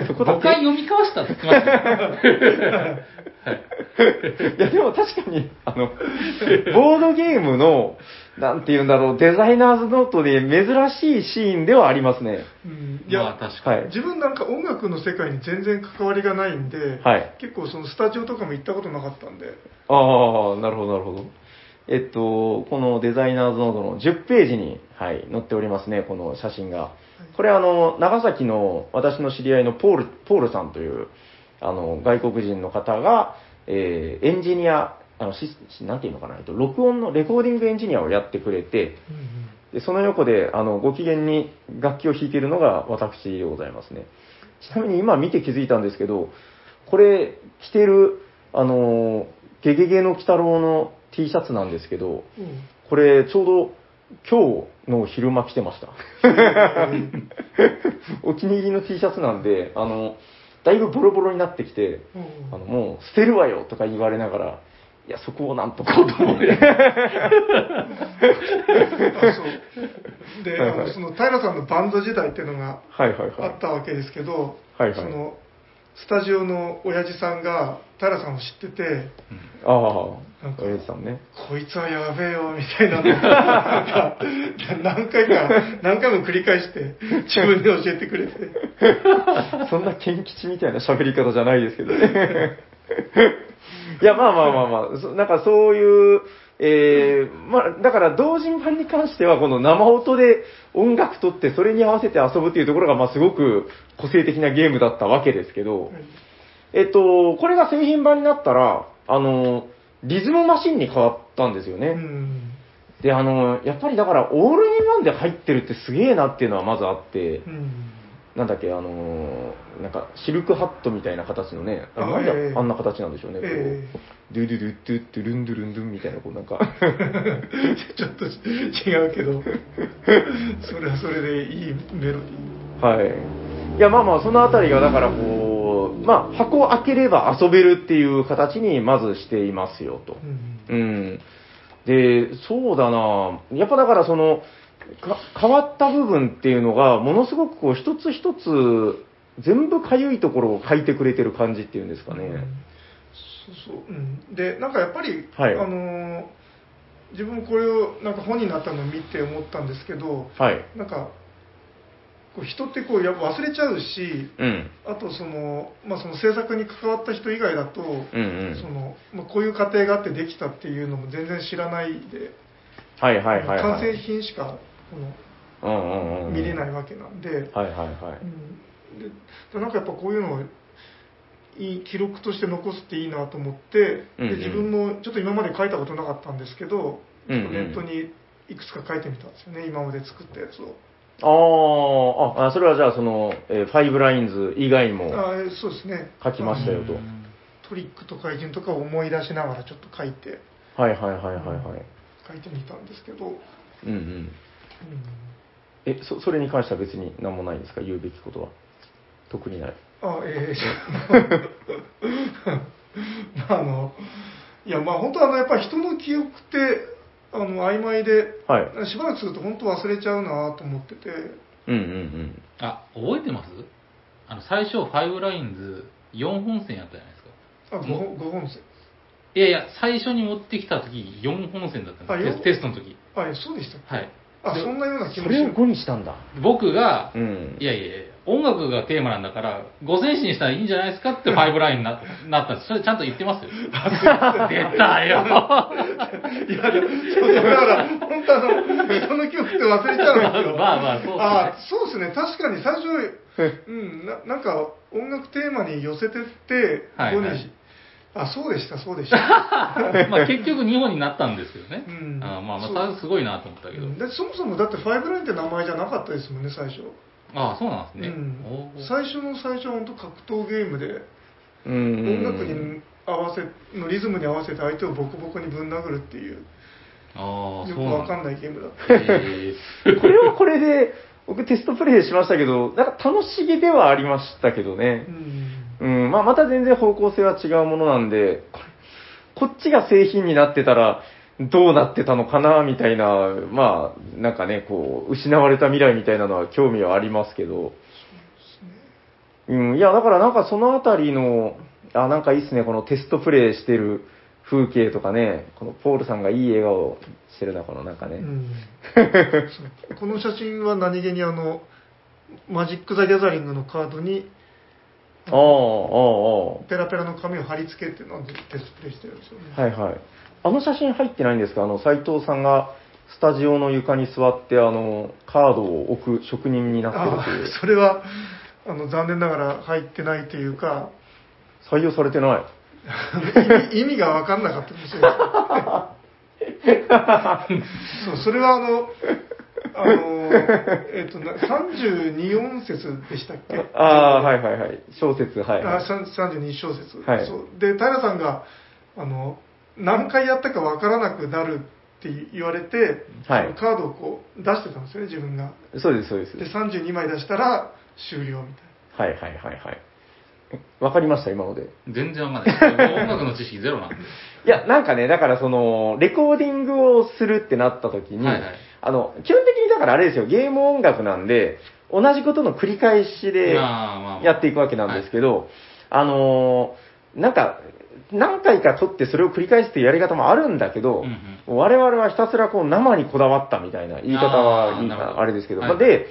[SPEAKER 3] です。
[SPEAKER 1] 5回読み交わしたって言ってましたね。
[SPEAKER 2] いや、でも確かに、あの、ボードゲームの、なんて言うんだろう、デザイナーズノートで珍しいシーンではありますね。
[SPEAKER 3] うんいや、
[SPEAKER 1] まあ確か
[SPEAKER 2] は
[SPEAKER 1] に。
[SPEAKER 2] い。
[SPEAKER 3] 自分なんか音楽の世界に全然関わりがないんで、
[SPEAKER 2] はい
[SPEAKER 3] 結構そのスタジオとかも行ったことなかったんで、
[SPEAKER 2] ああ、なるほど、なるほど。えっと、このデザイナーズノートの10ページに、はい、載っておりますね、この写真が。これ、あの、長崎の私の知り合いのポール、ポールさんという、あの、外国人の方が、えーエンジニア、あの、し、しなんていうのかな、えっと、録音の、レコーディングエンジニアをやってくれて、で、その横で、あの、ご機嫌に楽器を弾いているのが私でございますね。ちなみに今見て気づいたんですけど、これ着てる、あの、ゲゲゲの鬼太郎の T シャツなんですけど、
[SPEAKER 3] うん
[SPEAKER 2] これちょうど今日の昼間着てました。 お気に入りの T シャツなんで、あの、だいぶボロボロになってきて、 あの、もう捨てるわよとか言われながら、いや、そこをなんとかと 思って。
[SPEAKER 3] あそうで、
[SPEAKER 2] はいはい
[SPEAKER 3] あのその平さんのバンド時代っていうのが
[SPEAKER 2] はいはい
[SPEAKER 3] あ
[SPEAKER 2] は
[SPEAKER 3] ったわけですけど、
[SPEAKER 2] はいはい
[SPEAKER 3] そのスタジオの親父さんが平さんを知ってて
[SPEAKER 2] い。ああ
[SPEAKER 3] なん、か
[SPEAKER 2] 親父さんね。
[SPEAKER 3] こいつはやべえよみたいなのをなんか何回か何回も繰り返して自分で教えてくれて
[SPEAKER 2] そんな賢吉みたいな喋り方じゃないですけどね。 いや、まあまあまあまあそ、なんかそういう、えー、まあ、だから同人版に関しては、この生音で音楽とって、それに合わせて遊ぶっていうところが、まあすごく個性的なゲームだったわけですけど、えっと、これが製品版になったら、あの、リズムマシンに変わったんですよね。
[SPEAKER 3] うん
[SPEAKER 2] で、あの、やっぱりだから、オールインワンで入ってるってすげえなっていうのはまずあって、
[SPEAKER 3] うん
[SPEAKER 2] なんだっけ、あのーなんか、シルクハットみたいな形のね、あ
[SPEAKER 3] あ
[SPEAKER 2] なんで
[SPEAKER 3] ええ
[SPEAKER 2] あんな形なんでしょうね、こう
[SPEAKER 3] え
[SPEAKER 2] ドゥドゥドゥドゥドゥルンドゥルンドゥンみたいな、こうなんか、
[SPEAKER 3] えちょっと違うけどそれはそれでいいメロディー
[SPEAKER 2] はい。いや、まあまあ、そのあたりが、だからこう、まあ、箱を開ければ遊べるっていう形に、まずしていますよ、と。う
[SPEAKER 3] うん
[SPEAKER 2] ん。で、そうだなやっぱだからその、か変わった部分っていうのが、ものすごくこう、一つ一つ、全部かゆいところを書いてくれてる感じっていうんですかね。
[SPEAKER 3] そうそう、うん、でなんかやっぱり、
[SPEAKER 2] はい
[SPEAKER 3] あのー自分もこれをなんか本になったのを見て思ったんですけど
[SPEAKER 2] はい。
[SPEAKER 3] なんかこう人ってこうやっぱ忘れちゃうし
[SPEAKER 2] うん。
[SPEAKER 3] あとその,、まあ、その制作に関わった人以外だと、
[SPEAKER 2] うんうん。
[SPEAKER 3] そのまあ、こういう過程があってできたっていうのも全然知らないで、
[SPEAKER 2] はいはいはい、はい。
[SPEAKER 3] 完成品しかこ
[SPEAKER 2] うんうんう
[SPEAKER 3] の
[SPEAKER 2] ん。
[SPEAKER 3] 見れな
[SPEAKER 2] は
[SPEAKER 3] い
[SPEAKER 2] い
[SPEAKER 3] わけなんで、
[SPEAKER 2] はいは
[SPEAKER 3] うんででなんかやっぱこういうのをいい記録として残すっていいなと思って、
[SPEAKER 2] うんうん
[SPEAKER 3] で自分もちょっと今まで書いたことなかったんですけど、
[SPEAKER 2] うんうん
[SPEAKER 3] ちょっとネットにいくつか書いてみたんですよね今まで作ったやつを
[SPEAKER 2] い。あーあ、それはじゃあその、えーファイブラインズ以外も
[SPEAKER 3] あーそうですね
[SPEAKER 2] 書きましたよと。
[SPEAKER 1] う
[SPEAKER 2] はい
[SPEAKER 1] ん
[SPEAKER 3] トリックとか偉人とかを思い出しながらちょっと書いて
[SPEAKER 2] はいはいはいはい。
[SPEAKER 3] 書いてみたんですけど、う
[SPEAKER 2] う
[SPEAKER 3] ん
[SPEAKER 2] んうん。え、そ、それに関しては別に何もないんですか言うべきことは。特にない。
[SPEAKER 3] あええ あのいやまあ本当あのやっぱ人の記憶ってあの曖昧で
[SPEAKER 2] はい。
[SPEAKER 3] しばらくすると本当忘れちゃうなと思ってて
[SPEAKER 2] うんうん
[SPEAKER 1] あ、覚えてますあの、最初、ファイブラインズ4本線やったじゃないですか。
[SPEAKER 3] あご
[SPEAKER 1] も
[SPEAKER 3] ご本線
[SPEAKER 1] いやいや、最初に持ってきた時、4本線だったん
[SPEAKER 3] あ
[SPEAKER 1] ですテ
[SPEAKER 3] よ
[SPEAKER 1] ステストの時。
[SPEAKER 3] あえそうでした
[SPEAKER 1] はい。
[SPEAKER 3] あ
[SPEAKER 1] で
[SPEAKER 3] そんなような気
[SPEAKER 2] うん。そ
[SPEAKER 3] もす
[SPEAKER 2] れを
[SPEAKER 3] る
[SPEAKER 2] 5にしたんだ。
[SPEAKER 1] 僕が
[SPEAKER 2] う、ん
[SPEAKER 1] い。やいやいや、音楽がテーマなんだから、五線紙にしたらいいんじゃないですかってファイブラインにななったんです。それちゃんと言ってます よ。出たよ。
[SPEAKER 3] いやでもそう だから本当あの人の記憶って忘れちゃうんです よ
[SPEAKER 1] まあまあそうですね
[SPEAKER 3] あそうですね確かに最初うんななんか音楽テーマに寄せてって
[SPEAKER 1] はいはい
[SPEAKER 3] ここにあそうでしたそうでした
[SPEAKER 1] まあ結局日本になったんですよね。
[SPEAKER 3] うん
[SPEAKER 1] あまあまあ、すごいなと思ったけど。
[SPEAKER 3] でそもそもだってファイブラインって名前じゃなかったですもんね最初、
[SPEAKER 1] ああ、そうなんですね。
[SPEAKER 3] うん
[SPEAKER 1] おー
[SPEAKER 3] 最初の最初は本当格闘ゲームで
[SPEAKER 2] うんうんうん
[SPEAKER 3] 音楽に合わせのリズムに合わせて相手をボコボコにぶん殴るっていう
[SPEAKER 1] ああ、
[SPEAKER 3] よ
[SPEAKER 1] そう
[SPEAKER 3] くわかん
[SPEAKER 1] な
[SPEAKER 3] ないゲームだった
[SPEAKER 1] い。え
[SPEAKER 2] これはこれで、僕テストプレイしましたけど、なんか楽しげではありましたけどね。
[SPEAKER 3] うん
[SPEAKER 2] うん、まあ、また全然方向性は違うものなんで、これこっちが製品になってたら、どうなってたのかな、みたいな、まあ、なんかね、こう、失われた未来みたいなのは興味はありますけど、うん、いや、だからなんかそのあたりの、あ、なんかいいっすね、このテストプレイしてる風景とかね、このポールさんがいい笑顔してるな、このなんか
[SPEAKER 3] う
[SPEAKER 2] ね。
[SPEAKER 3] んそうこの写真は何気にあのマジック・ザ・ギャザリングのカードに
[SPEAKER 2] ああ、ああ、あ
[SPEAKER 3] ペラペラの紙を貼り付けてなんでテストプレイしてるんですよね、
[SPEAKER 2] あはいはい。あの写真入ってないんですかあの、斎藤さんがスタジオの床に座って、あの、カードを置く職人にな
[SPEAKER 3] あ
[SPEAKER 2] ってるっていう。
[SPEAKER 3] それはあの残念ながら入ってないというか
[SPEAKER 2] 採用されてない。
[SPEAKER 3] 意味意味が分かんなかったかもし れないそうそれはあのあのえっ、とな32音節でしたっけ
[SPEAKER 2] ああー、はいはいはい。小説、はい。
[SPEAKER 3] あさん32小節、
[SPEAKER 2] はい
[SPEAKER 3] そうで平さんがあの何回やったかわからなくなるって言われて、
[SPEAKER 2] はい
[SPEAKER 3] カードをこう出してたんですよね自分が
[SPEAKER 2] そうです、そうです。
[SPEAKER 3] で32枚出したら終了みたい
[SPEAKER 2] はいはいはいはい。わかりました、今ので。
[SPEAKER 1] 全然わかんない。音楽の知識ゼロなんで。
[SPEAKER 2] いや、なんかね、だからその、レコーディングをするってなった時に、
[SPEAKER 1] はいはい
[SPEAKER 2] あの、基本的にだからあれですよ、ゲーム音楽なんで、同じことの繰り返しで
[SPEAKER 1] まあまあまあ
[SPEAKER 2] やっていくわけなんですけど、あのーなんか、何回か撮ってそれを繰り返すっていうやり方もあるんだけ
[SPEAKER 1] う
[SPEAKER 2] ど、
[SPEAKER 1] んうん
[SPEAKER 2] 我々はひたすらこう生にこだわったみたいな言い方はいい
[SPEAKER 1] あーなるほ
[SPEAKER 2] か
[SPEAKER 1] ど
[SPEAKER 2] あれですけど、
[SPEAKER 1] はい
[SPEAKER 2] まあで、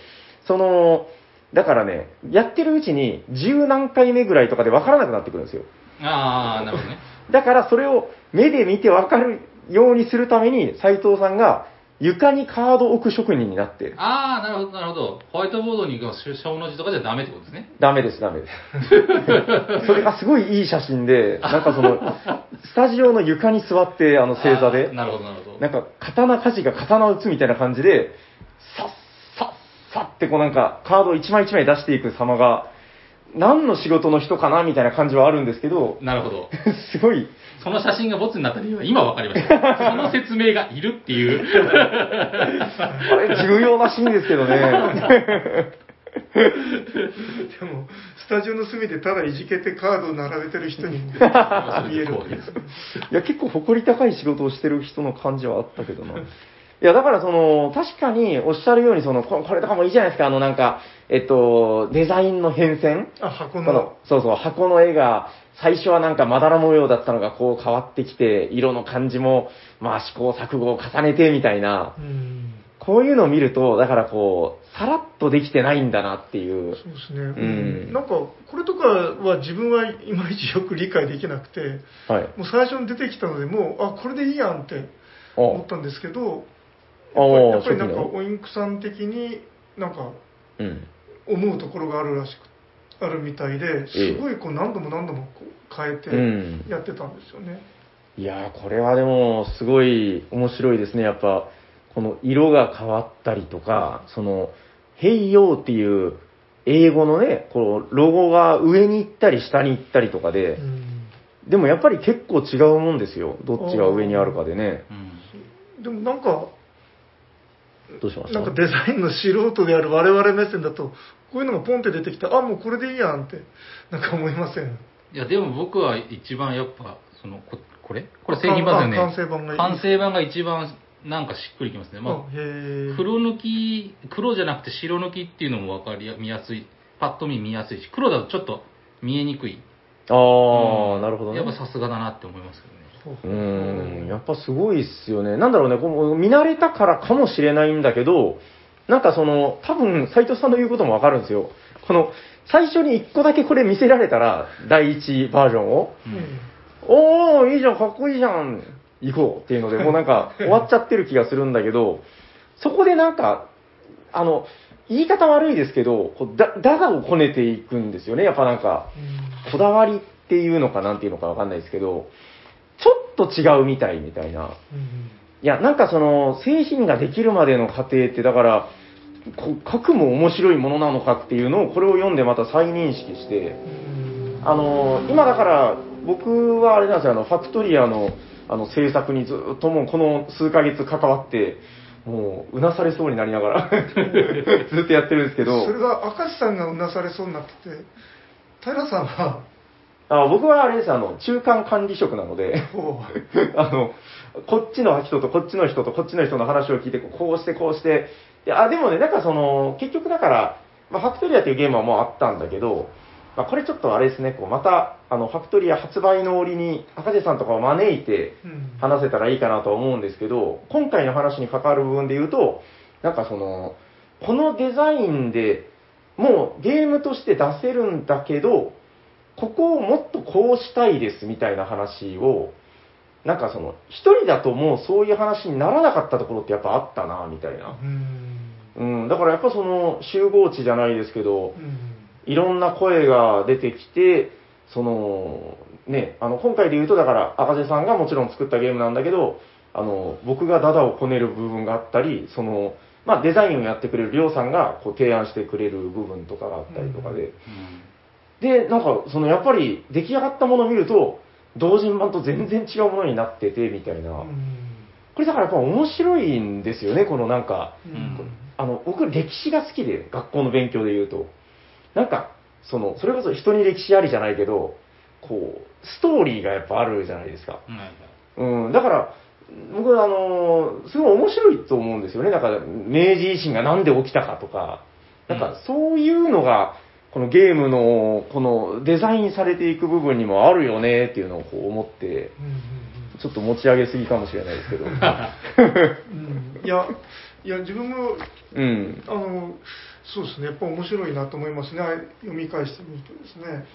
[SPEAKER 2] その、だからね、やってるうちに十何回目ぐらいとかで分からなくなってくるんですよ。
[SPEAKER 1] ああ、なるほどね。
[SPEAKER 2] だからそれを目で見てわかるようにするために、斉藤さんが床にカード置く職人になって、
[SPEAKER 1] ああ、なるほど、なるほど。ホワイトボードに行くし小の字とかじゃダメってことですね。
[SPEAKER 2] ダメです、 ダメです。それがすごいいい写真で、なんかその、スタジオの床に座って、あの正座
[SPEAKER 1] あ
[SPEAKER 2] で
[SPEAKER 1] ー、なるほど、なるほど。
[SPEAKER 2] なんか刀鍛冶が刀を打つみたいな感じで、さっさっさってこうなんかカードを一枚一枚出していく様が、何の仕事の人かなみたいな感じはあるんですけど、
[SPEAKER 1] なるほど。
[SPEAKER 2] すごい、
[SPEAKER 1] その写真がボツになった理由は今わかりました。その説明がいるっていう。
[SPEAKER 2] あれ重要なシーンですけどね。
[SPEAKER 3] なでもスタジオの隅でただいじけてカードを並べてる人に見えるっていう
[SPEAKER 2] いや、結構誇り高い仕事をしてる人の感じはあったけどな。いや、だからその、確かにおっしゃるように、その、ここれとかもいいじゃないですか、あのなんか、えっと、デザインの変遷
[SPEAKER 3] あ箱
[SPEAKER 2] こ
[SPEAKER 3] の
[SPEAKER 2] の、そうそう、箱の絵が、最初はなんかまだら模様だったのがこう変わってきて、色の感じも、まあ試行錯誤を重ねてみたいな、
[SPEAKER 3] うん
[SPEAKER 2] こういうのを見ると、だからこう、さらっとできてないんだなっていう。
[SPEAKER 3] そうですね、
[SPEAKER 2] ん
[SPEAKER 3] なんかこれとかは自分はいまいちよく理解できなくて
[SPEAKER 2] はい。
[SPEAKER 3] もう最初に出てきたのでもうあこれでいいやんって思っ
[SPEAKER 2] あ
[SPEAKER 3] たんですけど
[SPEAKER 2] あー
[SPEAKER 3] やっぱりなんか
[SPEAKER 2] 初期の
[SPEAKER 3] オインクさん的になんか
[SPEAKER 2] うん。
[SPEAKER 3] 思うところがあるらしくあるみたいですごいこう何度も何度もこう変え
[SPEAKER 2] うん
[SPEAKER 3] てやってたんですよね、
[SPEAKER 2] いやー、これはでも、すごい面白いですね。やっぱ、この色が変わったりとか、その、ヘイヨーっていう英語のね、このロゴが上に行ったり下に行ったりとかで、でもやっぱり結構違うもんですよ。どっちが上にあるかでね。
[SPEAKER 1] うん
[SPEAKER 3] うんでもなんか
[SPEAKER 2] どうしました
[SPEAKER 3] なんかデザインの素人である我々目線だとこういうのがポンって出てきたあもうこれでいいやんってなんか思いません
[SPEAKER 1] いや、でも僕は一番やっぱ、その、ここれこれ製品版ですよね。
[SPEAKER 3] あ完成版がいい
[SPEAKER 1] 完成版が一番なんかしっくりきますね。まあ
[SPEAKER 3] あ、へえ
[SPEAKER 1] 黒抜き、黒じゃなくて白抜きっていうのも分かりや見やすい、パッと見見やすいし、黒だとちょっと見えにくい。
[SPEAKER 2] あー、
[SPEAKER 1] うん
[SPEAKER 2] なるほどね。
[SPEAKER 1] やっぱさすがだなって思いますけどね。
[SPEAKER 2] うーん、やっぱすごいっすよね。なんだろうね、この見慣れたからかもしれないんだけど、なんかその、多分、斎藤さんの言うこともわかるんですよ。この、最初に一個だけこれ見せられたら、第一バージョンを、
[SPEAKER 1] うん
[SPEAKER 2] おー、いいじゃん、かっこいいじゃん、行こうっていうので、もうなんか終わっちゃってる気がするんだけど、そこでなんか、あの、言い方悪いですけど、こうだ、だがをこねていくんですよね、やっぱなんか。こだわりっていうのかなんていうのかわかんないですけど、ちょっと違うみたいみたいな。いや、なんかその、製品ができるまでの過程って、だから、こう書くも面白いものなのかっていうのを、これを読んでまた再認識して、あの今だから、僕はあれなんですよ、あのファクトリアのあの制作にずっともうこの数ヶ月関わって、もううなされそうになりながら、 ずっとやってるんですけど、
[SPEAKER 3] それが明石さんがうなされそうになってて平さんは
[SPEAKER 2] あ僕はあれです、あの中間管理職なので。
[SPEAKER 3] こ う
[SPEAKER 2] あの、こっちの人とこっちの人とこっちの人の話を聞いて、こうしてこうして。で、あ、でもね、なんかその、結局だから、まあ、ファクトリアというゲームはもうあったんだけど、まあ、これちょっとあれですね、こう、また、あの、ファクトリア発売の折に、赤瀬さんとかを招いて、
[SPEAKER 3] うん
[SPEAKER 2] 話せたらいいかなとは思うんですけど、今回の話に関わる部分で言うと、なんかその、このデザインでもうゲームとして出せるんだけど、ここをもっとこうしたいですみたいな話を、なんかその、一人だともうそういう話にならなかったところってやっぱあったな、みたいな。
[SPEAKER 3] うん
[SPEAKER 2] うん、だからやっぱその、集合地じゃないですけど、いろんな声が出てきて、その、ね、あの、今回で言うと、だから、赤瀬さんがもちろん作ったゲームなんだけど、あの、僕がダダをこねる部分があったり、その、まあ、デザインをやってくれるりょうさんがこう提案してくれる部分とかがあったりとかで、
[SPEAKER 1] うん
[SPEAKER 2] で、なんか、その、やっぱり出来上がったものを見ると、同人版と全然違うものになってて、みたいな。
[SPEAKER 3] うん
[SPEAKER 2] これだからやっぱ面白いんですよね、このなんか、
[SPEAKER 3] う
[SPEAKER 1] うん
[SPEAKER 2] あの、僕歴史が好きで、学校の勉強で言うと。なんか、その、それこそ人に歴史ありじゃないけど、こう、ストーリーがやっぱあるじゃないですか。
[SPEAKER 1] うんはい
[SPEAKER 2] うん、だから、僕はあのーすごい面白いと思うんですよね。なんか、明治維新がなんで起きたかとか、な
[SPEAKER 1] う
[SPEAKER 2] ん
[SPEAKER 1] ん
[SPEAKER 2] かそういうのが、このゲームの、このデザインされていく部分にもあるよねっていうのをこう思って、ちょっと持ち上げすぎかもしれな いですけど。
[SPEAKER 3] うんいやいや自分も
[SPEAKER 2] うん。
[SPEAKER 3] あのそうですねやっぱ面白いなと思いますねあれ読み返してみるとですね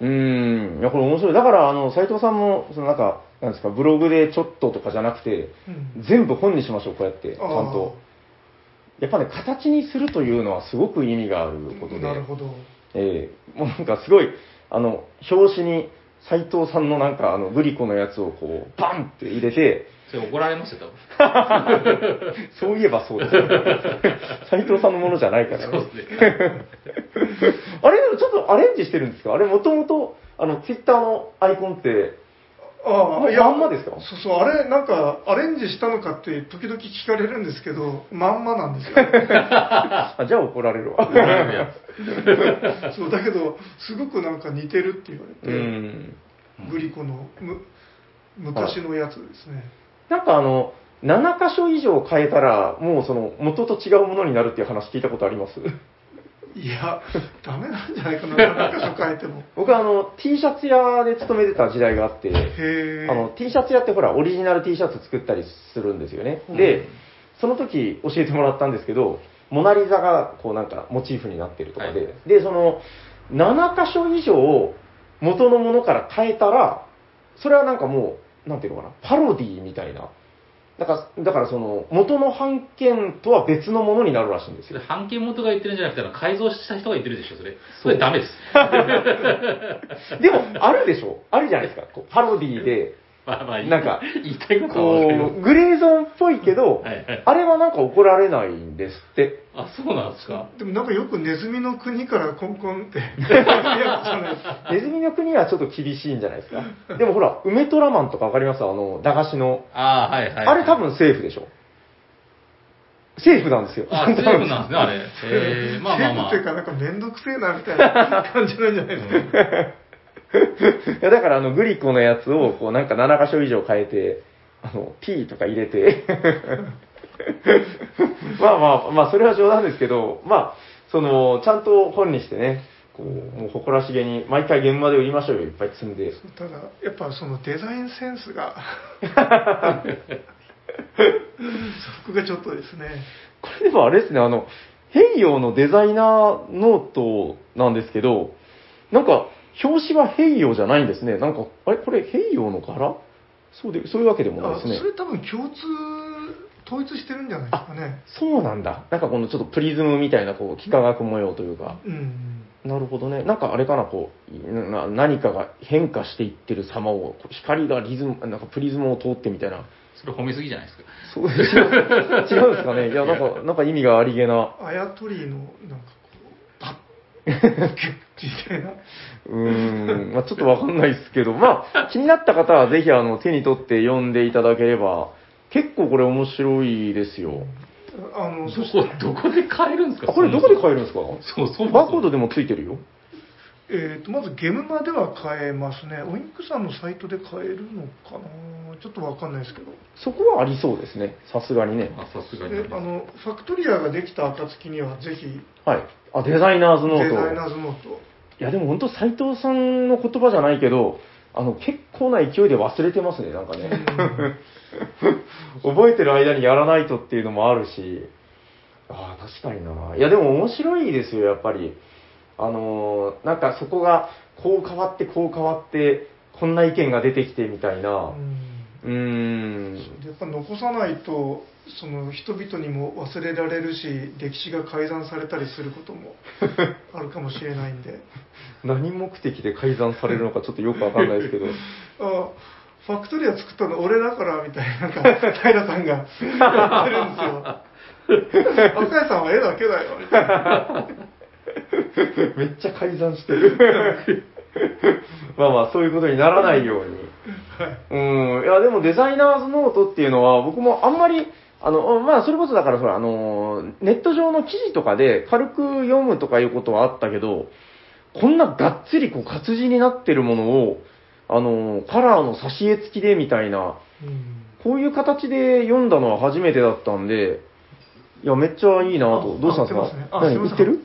[SPEAKER 2] うん。いや、これ面白い。だから、あの、斎藤さんも、そのなんか、なんですか、ブログでちょっととかじゃなくて、
[SPEAKER 3] うん
[SPEAKER 2] 全部本にしましょう、こうやって、ちゃん
[SPEAKER 3] あー
[SPEAKER 2] と。やっぱね、形にするというのはすごく意味があることで。
[SPEAKER 3] なるほど
[SPEAKER 2] ええもうなんかすごい、あの、表紙に斎藤さんのなんか、あの、グリコのやつをこう、バンって入れて、
[SPEAKER 1] それ怒られましたよ、
[SPEAKER 2] そういえばそう です。斎藤さんのものじゃないからね。
[SPEAKER 1] そうですね。
[SPEAKER 2] あれ、でもちょっとアレンジしてるんですかあれ、もともと、あの、ツイッターのアイコンって、
[SPEAKER 3] ああいや
[SPEAKER 2] まんまですか
[SPEAKER 3] そうそうあれなんかアレンジしたのかって時々聞かれるんですけどまんまなん ですよ
[SPEAKER 2] あ、じゃあ怒られるわ。
[SPEAKER 1] 怒られ るやつ
[SPEAKER 3] そうだけどすごくなんか似てるって言われて、
[SPEAKER 2] うん。
[SPEAKER 3] グリコのむ昔のやつですね、
[SPEAKER 2] なんかあの、7箇所以上変えたら、もうその、元と違うものになるっていう話聞いたことあります
[SPEAKER 3] い、やダメなんじゃないかな何か所変えても
[SPEAKER 2] 僕はあの、T シャツ屋で勤めてた時代があって、
[SPEAKER 3] へえ
[SPEAKER 2] あの T シャツ屋ってほらオリジナル T シャツ作ったりするんですよね、
[SPEAKER 3] うん
[SPEAKER 2] でその時教えてもらったんですけどモナ・リザがこうなんかモチーフになってるとかで、
[SPEAKER 1] はい
[SPEAKER 2] でその7箇所以上元のものから変えたらそれはなんかもうなんていうのかなパロディみたいなだからだからその元の版権とは別のものになるらしいんです
[SPEAKER 1] そ
[SPEAKER 2] よ
[SPEAKER 1] れ、半径元が言ってるんじゃなくて、あの改造した人が言ってるでしょ、それ。それダメです。
[SPEAKER 2] でもあるでしょあるじゃないですかこうパロデ ィで
[SPEAKER 1] まあまあ、
[SPEAKER 2] なんか
[SPEAKER 1] 言いたいことはわかりま
[SPEAKER 2] こ
[SPEAKER 1] す
[SPEAKER 2] うグレーゾーンっぽいけど、
[SPEAKER 1] はいはい
[SPEAKER 2] あれはなんか怒られないんですって
[SPEAKER 1] あ、そうなんですか。
[SPEAKER 3] でもなんかよくネズミの国からコン コンってやるじゃないですか
[SPEAKER 2] ネズミの国はちょっと厳しいんじゃないですか。でもほら、梅トラマンとかわかりますあの、駄菓子の。
[SPEAKER 1] ああ、はいはい。
[SPEAKER 2] あれ多。分セーフでしょ。セーフなんですよ。
[SPEAKER 1] あ、セーフなんですね、あれ。えー、まあまあまあ
[SPEAKER 3] セーフってい。うか、なんかめんどくせえなみた いな感じなんじゃないですか。
[SPEAKER 2] いやだからあの、グリコのやつを、こうなんか7箇所以上変えて、あの、T とか入れて。 まあまあ、まあそれは冗談ですけど、まあ、その、ちゃんと本にしてね、こう、もう誇らしげに、毎回現場で売りましょうよ、いっぱい積んで。
[SPEAKER 3] ただ、やっぱそのデザインセンスが、そこがちょっとですね。
[SPEAKER 2] これでもあれですね、あの、ヘイヨーのデザイナーノートなんですけど、なんか、表紙はヘイヨーじゃないんですね。なんか、あれこれヘイヨーの柄そうで、そういうわけでもない
[SPEAKER 3] あ
[SPEAKER 2] です
[SPEAKER 3] そ
[SPEAKER 2] ね。
[SPEAKER 3] れ多分共通、統一してるんじゃないですかね。
[SPEAKER 2] そうなんだ。なんかこのちょっとプリズムみたいな、こう、幾何学模様というか。
[SPEAKER 3] うん。
[SPEAKER 2] なるほどね。なんかあれかな、こう、な何かが変化していってる様を、こう光がリズム、なんかプリズムを通ってみたいな。
[SPEAKER 1] それ褒めすぎじゃないですか。
[SPEAKER 2] そう、 違う、違うんですかね。いや、なんか、なんか意味がありげな。
[SPEAKER 3] あやとりの、なんかこう、パッ、みたいな。
[SPEAKER 2] うーん、まあちょっとわかんないですけど、まあ気になった方はぜひあの手に取って読んでいただければ、結構これ面白いですよ。
[SPEAKER 3] あの、そ
[SPEAKER 1] ど
[SPEAKER 3] して
[SPEAKER 1] こ、、どこで買えるんですか
[SPEAKER 2] あこれどこで買え
[SPEAKER 1] る
[SPEAKER 2] るんですか
[SPEAKER 1] そう、そう。
[SPEAKER 2] バーコードでもついてるよ。
[SPEAKER 3] えー、とまずゲームマでは買えますね。オインクさんのサイトで買えるのかなちょっとわかんないですけど。
[SPEAKER 2] そこはありそうですね。さすがにね。
[SPEAKER 1] あ、さすがに。
[SPEAKER 3] であのファクトリアができた暁にはぜひデ
[SPEAKER 2] はい。あ、デザイナーズノー
[SPEAKER 3] ザイナ
[SPEAKER 2] ト。
[SPEAKER 3] ーズノート
[SPEAKER 2] いや、でも本当斎藤さんの言葉じゃないけど、あの、結構な勢いで忘れてますね、なんかね。覚えてる間にやらないとっていうのもあるし、ああ、確かにな。いや、でも面白いですよ、やっぱり。あのーなんかそこが、こう変わって、こう変わって、こんな意見が出てきてみたいうな。
[SPEAKER 3] ん
[SPEAKER 2] うーん。
[SPEAKER 3] やっぱ残さないとその人々にも忘れられるし歴史が改ざんされたりすることもあるかもしれないんで
[SPEAKER 2] 何目的で改ざんされるのかちょっとよくわかんないですけど。
[SPEAKER 3] あファクトリア作ったの俺だからみたいななんか平さんが言ってるんですよ赤井さんは絵だけだよみたいな
[SPEAKER 2] めっちゃ改ざんしてる。まあまあ、そういうことにならないように。うん、いや、でもデザイナーズノートっていうのは、僕もあんまり、あの、まあ、それこそだから、それ、あの、ネット上の記事とかで軽く読むとかいうことはあったけど、こんながっつりこう活字になってるものを、あの、カラーの挿絵付きでみたいな、
[SPEAKER 3] うん
[SPEAKER 2] こういう形で読んだのは初めてだったんで、いや、めっちゃいいなと。
[SPEAKER 3] あ
[SPEAKER 2] どうしたんですか
[SPEAKER 3] あすいませんあすい
[SPEAKER 2] 何
[SPEAKER 3] ません
[SPEAKER 2] 売ってる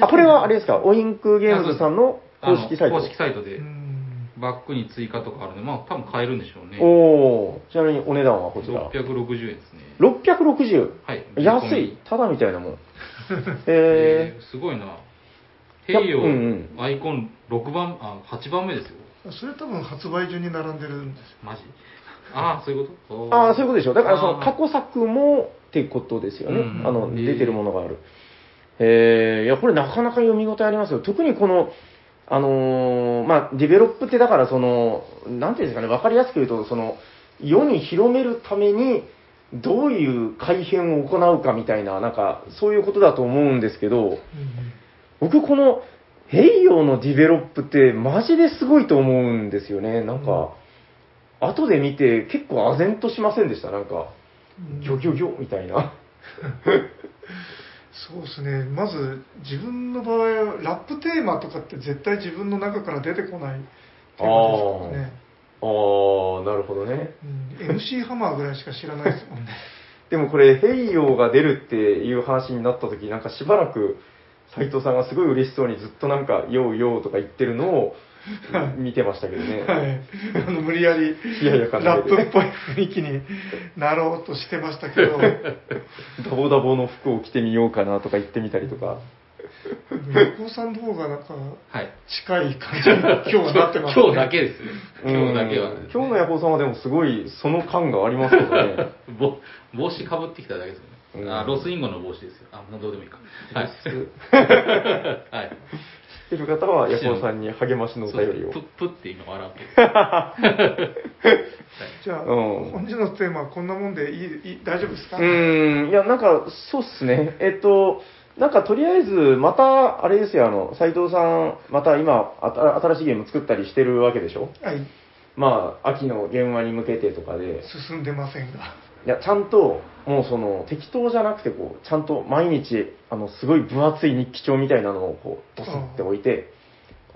[SPEAKER 2] あ、これはあれですか、オインクゲームズさんの公式サイト。
[SPEAKER 1] 公式サイトで
[SPEAKER 3] う、ん
[SPEAKER 1] バッグに追加とかあるんで、まあ多分買えるんでしょうね。
[SPEAKER 2] おー、ちなみにお値段はこちら。
[SPEAKER 1] 660円ですね。
[SPEAKER 2] 660。
[SPEAKER 1] はい。
[SPEAKER 2] 安い。ただみたいなもん。
[SPEAKER 1] え
[SPEAKER 2] え
[SPEAKER 1] ー、すごいな。
[SPEAKER 2] い
[SPEAKER 1] 平
[SPEAKER 2] や
[SPEAKER 1] 洋
[SPEAKER 2] うん
[SPEAKER 1] アイコン6番、あ、8番目ですよ。
[SPEAKER 3] それ多分発売順に並んでるんです
[SPEAKER 1] マジああ、そういうこと
[SPEAKER 2] ー、ああ、そういうことでしょ。だからその
[SPEAKER 1] あー
[SPEAKER 2] 過去作もってことですよね。
[SPEAKER 1] うんうん
[SPEAKER 2] あの、
[SPEAKER 1] えー
[SPEAKER 2] 出てるものがある。えー、いや、これなかなか読み応えありますよ。特にこの、あのーまあ、ディベロップってだからその、なんていうんですかね、わかりやすく言うと、その、世に広めるために、どういう改変を行うかみたいな、なんか、そういうことだと思うんですけど、僕このヘイヨーのディベロップってマジですごいと思うんですよねなんか、後で見て結構唖然としませんでしたなんか
[SPEAKER 3] うん
[SPEAKER 2] ギョギョギョみたいな
[SPEAKER 3] そうですねまず自分の場合はラップテーマとかって絶対自分の中から出てこないテーマですからね、
[SPEAKER 2] あーなるほどね
[SPEAKER 3] うん、MC ハマーぐらいしか知らないですもんね
[SPEAKER 2] でもこれヘイヨーが出るっていう話になった時なんかしばらく斉藤さんがすごい嬉しそうにずっとなんか「ヨーヨー」とか言ってるの を見てましたけどね、
[SPEAKER 3] はいあの無理やり
[SPEAKER 2] いやいや感じで
[SPEAKER 3] ラップっぽい雰囲気になろうとしてましたけど、
[SPEAKER 2] ダボダボの服を着てみようかなとか言ってみたりとか
[SPEAKER 3] 横尾さんの方がなんか
[SPEAKER 1] はい。
[SPEAKER 3] 近い感じに今日はなってます ね
[SPEAKER 1] 今日だけですね。今日だけは
[SPEAKER 2] うん。今日のヤホーさんはでもすごいその感がありますよ ね
[SPEAKER 1] ぼ帽子かぶってきただけですよね。あ
[SPEAKER 2] うん
[SPEAKER 1] ロスインゴの帽子ですよ。あ、もうどうでもいいか。はい。はい。
[SPEAKER 2] 知ってる方はヤホーさんに励ましのお便りを
[SPEAKER 1] そうプップって今笑ってる。
[SPEAKER 3] じゃ
[SPEAKER 2] う
[SPEAKER 3] あ、
[SPEAKER 2] ん
[SPEAKER 3] 本日のテーマはこんなもんでいいいい大丈夫ですか、
[SPEAKER 2] うーんいやなんかそうっすねえっとなんかとりあえずまたあれですよあの斉藤さんまた今あた新しいゲーム作ったりしてるわけでしょ
[SPEAKER 3] はい
[SPEAKER 2] まあ秋の現場に向けてとかで
[SPEAKER 3] 進んでませ んが
[SPEAKER 2] いやちゃんともうその適当じゃなくてこうちゃんと毎日あのすごい分厚い日記帳みたいなのをこうドスって置いて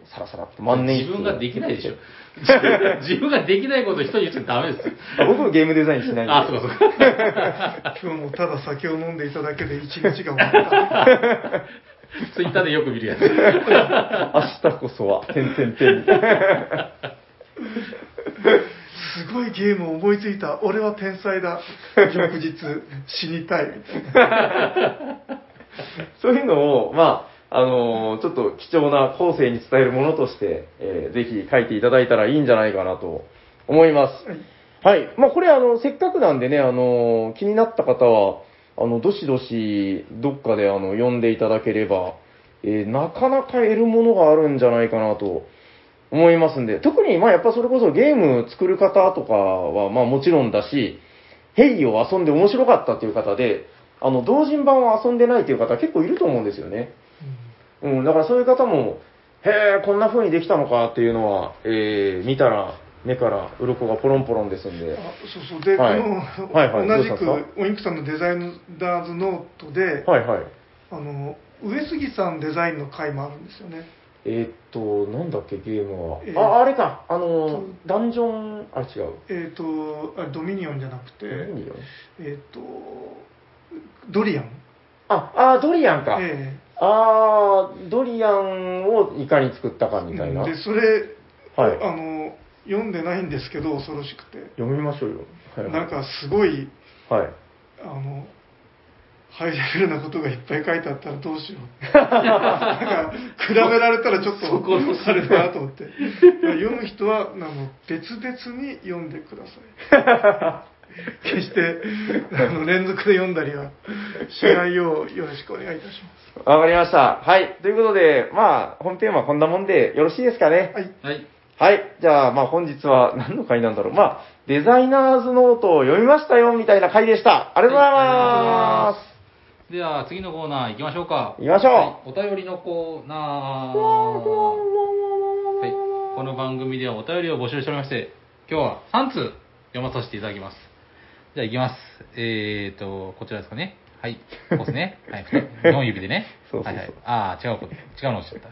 [SPEAKER 2] さらさらっと万年筆
[SPEAKER 1] 自分ができないでしょ。自分自分ができないことを人に言っちゃダメですよ。
[SPEAKER 2] あ僕はゲームデザインしないんで。
[SPEAKER 1] あ、そうかそうか。
[SPEAKER 3] 今日もただ酒を飲んでいただけで一日が終わった
[SPEAKER 1] ツイッターでよく見るやつ。
[SPEAKER 2] 明日こそは、てんてんてん。
[SPEAKER 3] すごいゲームを思いついた俺は天才だ 翌日死にたいみたいな
[SPEAKER 2] そういうのを、まあ、あのーちょっと貴重な後世に伝えるものとして、えーぜひ書いていただいたらいいんじゃないかなと思います。はい。まあ、これ、あの、せっかくなんでね、あのー気になった方は、あの、どしどし、どっかで、あの、読んでいただければ、えーなかなか得るものがあるんじゃないかなと思いますんで、特に、まあ、やっぱそれこそゲーム作る方とかは、まあ、もちろんだし、ヘイを遊んで面白かったという方で、あの、同人版を遊んでないという方結構いると思うんですよね。うん、だからそういう方も、へえ、こんな風にできたのかっていうのは、えー見たら、目から鱗がポロンポロンですんで。
[SPEAKER 3] あそうそうで、
[SPEAKER 2] はい
[SPEAKER 3] この、
[SPEAKER 2] はいはい
[SPEAKER 3] 同じ
[SPEAKER 2] どうしたんです
[SPEAKER 3] くオインクさんのデザイナーズノートで、
[SPEAKER 2] はいはい。
[SPEAKER 3] あの上杉さんデザインの回もあるんですよね
[SPEAKER 2] えーっと、なんだっけ、ゲームは。
[SPEAKER 3] えー
[SPEAKER 2] あ、あれか。あの
[SPEAKER 3] と、
[SPEAKER 2] ダンジョン、あ、違う。
[SPEAKER 3] えっ、とあドミニオンじゃなくて
[SPEAKER 2] 何よ
[SPEAKER 3] えっ、とドリアン
[SPEAKER 2] あ、あー、ドリアンか。
[SPEAKER 3] え
[SPEAKER 2] あー、ドリアンをいかに作ったか
[SPEAKER 3] え
[SPEAKER 2] みたいな。は
[SPEAKER 3] で
[SPEAKER 2] い。
[SPEAKER 3] それ
[SPEAKER 2] 読
[SPEAKER 3] あの読んでないんですけど恐ろしくて、
[SPEAKER 2] みましょうよ。はい。
[SPEAKER 3] なんかすごい
[SPEAKER 2] はい。
[SPEAKER 3] あのハイレベルなことがいっぱい書いてあったらどう しようなんか比べられたらちょっと
[SPEAKER 1] そこの
[SPEAKER 3] あれだなと思って読む人はあの別々に読んでく ださい決してあの連続で読んだりはしないようよろしくお願いいたします
[SPEAKER 2] わかりました。はい。ということで、まあ、本編はこんなもんでよろしいですかね。
[SPEAKER 3] はい
[SPEAKER 1] はい。
[SPEAKER 2] はい。じゃあ、まあ、本日は何の回なんだろう。まあ、デザイナーズノートを読みましたよ、みたいな回でした。ありがとうございま
[SPEAKER 1] では、次のコーナー行きましょうか。
[SPEAKER 2] 行きましょう
[SPEAKER 1] はいお便りのコーナー。はい。この番組ではお便りを募集しておりまして、今日は3通読まさせていただきます。じゃあ行きます。えーと、こちらですかね。はい。ここです ね。はい。4指でね。
[SPEAKER 2] そうそうそう
[SPEAKER 1] はいはい、ああ、違うこと、違うのをしちゃっ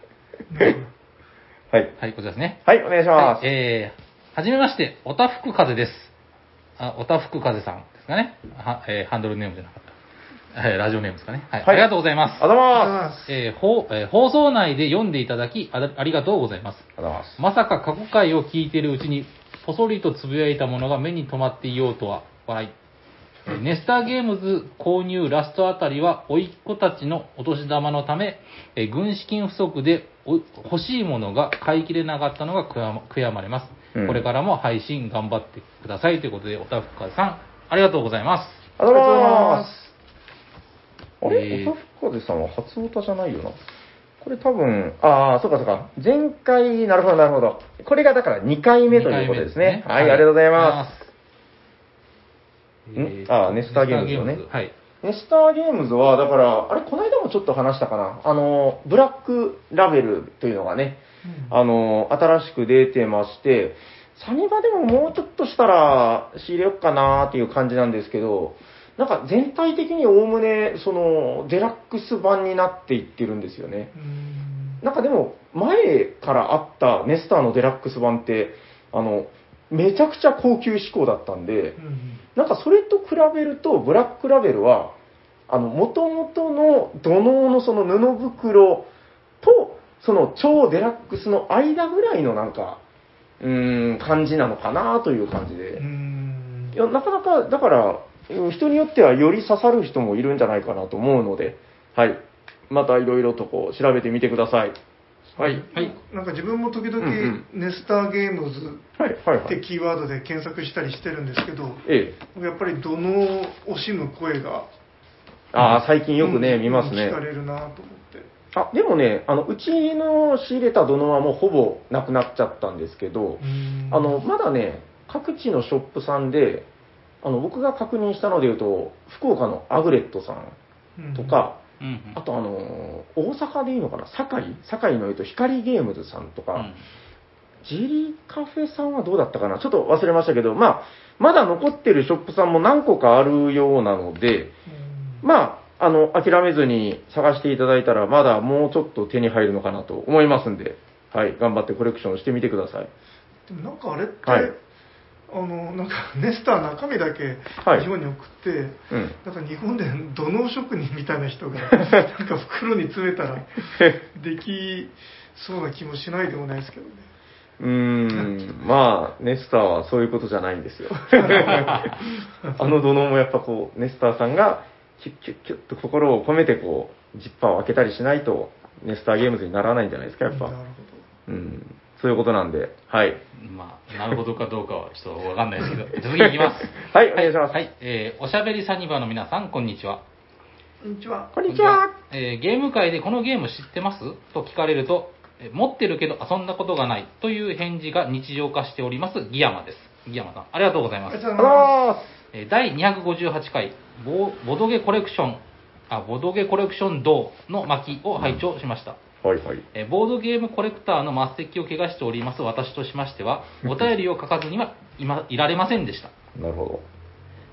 [SPEAKER 1] た。
[SPEAKER 2] はい。
[SPEAKER 1] はい、こちらですね。
[SPEAKER 2] はい、お願いしま
[SPEAKER 1] はい、
[SPEAKER 2] す。
[SPEAKER 1] えー、はじめまして、おたふく風です。あ、おたふく風さんですかね。は、えーハンドルネームじゃなかった。えーラジオネームですかね。はい。
[SPEAKER 2] はい
[SPEAKER 1] ありがとうございます
[SPEAKER 2] あ。ざま
[SPEAKER 3] あ
[SPEAKER 1] えーほうえー放送内で読んでいただきあだありがとうございます。
[SPEAKER 2] す。あざます。
[SPEAKER 1] まさか過去回を聞いているうちに、ぽそりとつぶやいたものが目に留まっていようとは、笑い。えーネスターゲームズ購入ラストあたりは、甥っ子たちのお年玉のため、えー軍資金不足でお欲しいものが買い切れなかったのが悔やま悔やまれます、
[SPEAKER 2] うん
[SPEAKER 1] これからも配信頑張ってくださいということで、おたふかさん、ありがとうございます。
[SPEAKER 2] あざま
[SPEAKER 1] あり
[SPEAKER 2] す。あ
[SPEAKER 1] がとうございますえ
[SPEAKER 2] れ、
[SPEAKER 1] ー
[SPEAKER 2] おたふかでさんは初オタじゃないよな。これ多分、ああ、そうかそうか。前回、なるほどなるほど。これがだから2回目ということですね。はい、ありがとうございますすんあーネスターゲームズのね
[SPEAKER 1] はい。
[SPEAKER 2] す。ネスターゲームズは、だから、あれ、この間もちょっと話したかな。あの、ブラックラベルというのがね、
[SPEAKER 3] ー
[SPEAKER 2] あの、新しく出てまして、サニバでももうちょっとしたら仕入れよっかなっていう感じなんですけど、なんか全体的におおむね、その、デラックス版になっていってるんですよね。
[SPEAKER 3] うん
[SPEAKER 2] なんかでも、前からあったネスターのデラックス版って、あの、めちゃくちゃ高級志向だったんで、
[SPEAKER 3] うん
[SPEAKER 2] なんかそれと比べると、ブラックラベルは、あの、元々の土のうのその布袋と、その超デラックスの間ぐらいのなんか、うーん、感じなのかなという感じ
[SPEAKER 3] う
[SPEAKER 2] で。
[SPEAKER 3] ん
[SPEAKER 2] いや、なかなか、だから、うん人によってはより刺さる人もいるんじゃないかなと思うので、はい。またいろいろとこう、調べてみてください。はい。
[SPEAKER 1] はい。
[SPEAKER 3] なんか自分も
[SPEAKER 2] う
[SPEAKER 3] 時
[SPEAKER 2] ん
[SPEAKER 3] 々ネスターゲームズ
[SPEAKER 2] はい、はい、は
[SPEAKER 3] って
[SPEAKER 2] い。
[SPEAKER 3] キーワードで検索したりしてるんですけど
[SPEAKER 2] ええ。
[SPEAKER 3] やっぱり土のうを惜しむ声が
[SPEAKER 2] ああ、最近よくね、
[SPEAKER 3] うん
[SPEAKER 2] 見ますね。
[SPEAKER 3] 聞かれるなと思って
[SPEAKER 2] あでもねあの、うちの仕入れた土のうはもうほぼなくなっちゃったんですけど、あのまだね、各地のショップさんで、あの僕が確認したのでいうと、福岡のアグレットさんとか、
[SPEAKER 1] うんうん
[SPEAKER 2] あと、あの大阪でいいのかな、堺堺の言うと、光ゲームズさんとか、
[SPEAKER 1] うん
[SPEAKER 2] ジリカフェさんはどうだったかな、ちょっと忘れましたけど、まあ、まだ残ってるショップさんも何個かあるようなので、
[SPEAKER 3] うん
[SPEAKER 2] まあ、あの、諦めずに探していただいたら、まだもうちょっと手に入るのかなと思いますんで、はい、頑張ってコレクションしてみてください。
[SPEAKER 3] でもなんかあれって、
[SPEAKER 2] はい
[SPEAKER 3] あのなんかネスター中身だけ
[SPEAKER 2] はい
[SPEAKER 3] 日本に送って、
[SPEAKER 2] うん。
[SPEAKER 3] なんか日本で土のう職人みたいな 人がなんか袋に詰めたらできそうな気もしないでもないですけどね
[SPEAKER 2] うーん、まあ、ネスターはそういうことじゃないん ですよ。あの土のうもやっぱこう、ネスターさんが、キュッキュッキュッと心を込めてこう、ジッパーを開けたりしないと、ネスターゲームズにならないんじゃないですか、やっ
[SPEAKER 3] な
[SPEAKER 2] ぱ。
[SPEAKER 3] る
[SPEAKER 2] うん。そういうことなんで、はい。
[SPEAKER 1] まあ、なるほどかどうかはちょっとわかんないですけど、 じゃあ次行きます。
[SPEAKER 2] はい、お願いします。
[SPEAKER 1] はい、えーおしゃべりサニバーの皆さん、こんにちは。
[SPEAKER 3] ほどこんにちは
[SPEAKER 2] こんにちは。
[SPEAKER 1] えーゲーム界でこのゲーム知ってますと聞かれると、えー持ってるけど遊んだことがないという返事が日常化しております、ギヤマです。ギヤマさん、ありがとうござい
[SPEAKER 3] あ
[SPEAKER 1] ま
[SPEAKER 3] り
[SPEAKER 1] す
[SPEAKER 3] が。と
[SPEAKER 2] あ
[SPEAKER 3] う
[SPEAKER 2] りが
[SPEAKER 3] ご
[SPEAKER 2] とう
[SPEAKER 3] ざ
[SPEAKER 2] ござ
[SPEAKER 3] いま
[SPEAKER 1] えー第
[SPEAKER 2] います。
[SPEAKER 1] 258回ボ、ボドゲコレクション、あ、ボドゲコレクション銅の巻を拝聴しました。
[SPEAKER 2] はいはい。
[SPEAKER 1] えーボードゲームコレクターの末席を怪我しております私としまして は、お便りを書かずにはいまいられませんでした。
[SPEAKER 2] なるほ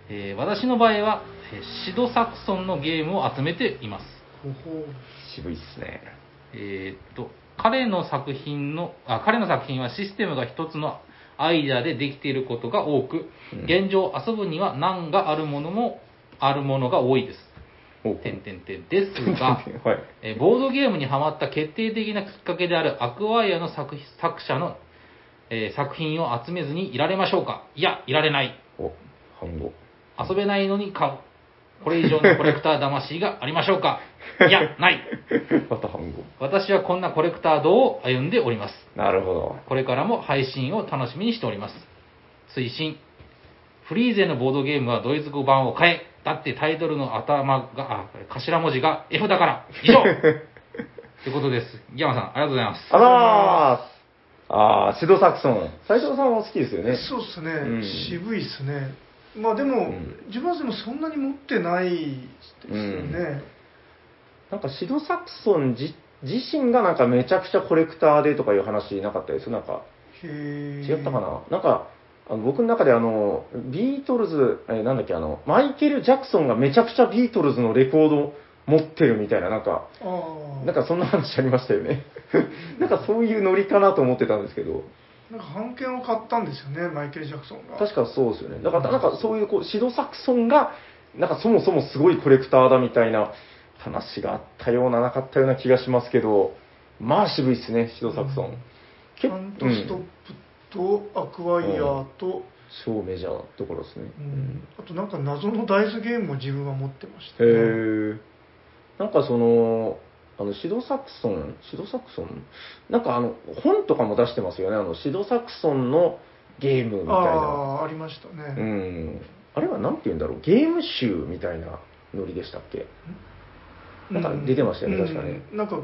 [SPEAKER 1] えー私の場合は、えーシド・サクソンのゲームを集めています。
[SPEAKER 3] すほほ
[SPEAKER 2] ど。渋いっすね。
[SPEAKER 1] えーっと、彼の作品の、あ、彼の作品はシステムが一つのアイデアでできていることが多く
[SPEAKER 2] うん、
[SPEAKER 1] 現状遊ぶには難があるものも、あるものが多いです。
[SPEAKER 2] お
[SPEAKER 1] てんてんてんですが、
[SPEAKER 2] はい。
[SPEAKER 1] えーボードゲームにハマった決定的なきっかけであるアクワイアの作作者の、えー作品を集めずにいられましょうかいや、いられない。
[SPEAKER 2] お、反応。
[SPEAKER 1] 遊べないのに買う。これ以上のコレクター魂がありましょうかいや、ない。
[SPEAKER 2] また反応。
[SPEAKER 1] 私はこんなコレクター道を歩んでおります。
[SPEAKER 2] なるほど。
[SPEAKER 1] これからも配信を楽しみにしております。推進。フリーゼのボードゲームはドイツ語版を変え。だってタイトルの頭が、あ、頭文字が F だから。以 上ってことです。ギャマさん、ありがとうございます。
[SPEAKER 2] あらーあー、シドサクソン。斉藤さんは好きですよ
[SPEAKER 3] う
[SPEAKER 2] ね。
[SPEAKER 3] そうですね、
[SPEAKER 2] うん
[SPEAKER 3] 渋いですねまあでも、
[SPEAKER 2] うん
[SPEAKER 3] 自分はでもそんなに持ってないですよね、
[SPEAKER 2] なんかシドサクソンじ自身がなんかめちゃくちゃコレクターでとかいう話なかったですなんか、
[SPEAKER 3] へえ
[SPEAKER 2] 違ったかななんか、あの僕の中であの、ビートルズ、えーなんだっけ、あの、マイケル・ジャクソンがめちゃくちゃビートルズのレコード持ってるみたいな、なんか、
[SPEAKER 3] ああ
[SPEAKER 2] なんかそんな話ありましたよね。 なんかそういうノリかなと思ってたんですけど、
[SPEAKER 3] なんか版権を買ったんですよねマイケル・ジャクソンが
[SPEAKER 2] 確かそうですよね。だからなんかそういうこう、シド・サクソンが、なんかそもそもすごいコレクターだみたいな話があったような、なかったような気がしますけど、まあ渋いっすね、シド・サクソン。
[SPEAKER 3] ちゃんとストップとアクワイヤーと、
[SPEAKER 2] 超メジャーなところですね。
[SPEAKER 3] う
[SPEAKER 2] うん
[SPEAKER 3] んあとなんか謎のダイスゲームも自分は持ってました、
[SPEAKER 2] へえ。なんかその、あの、シドサクソン、シドサクソンなんかあの、本とかも出してますよね。あの、シドサクソンのゲームみたい
[SPEAKER 3] あ
[SPEAKER 2] な。
[SPEAKER 3] あありました
[SPEAKER 2] う
[SPEAKER 3] ね、
[SPEAKER 2] ん。あれはなんて言うんだろう。ゲーム集みたいなノリでしたっけなんか出てましたよね
[SPEAKER 3] うん
[SPEAKER 2] 確かね
[SPEAKER 3] うんなんか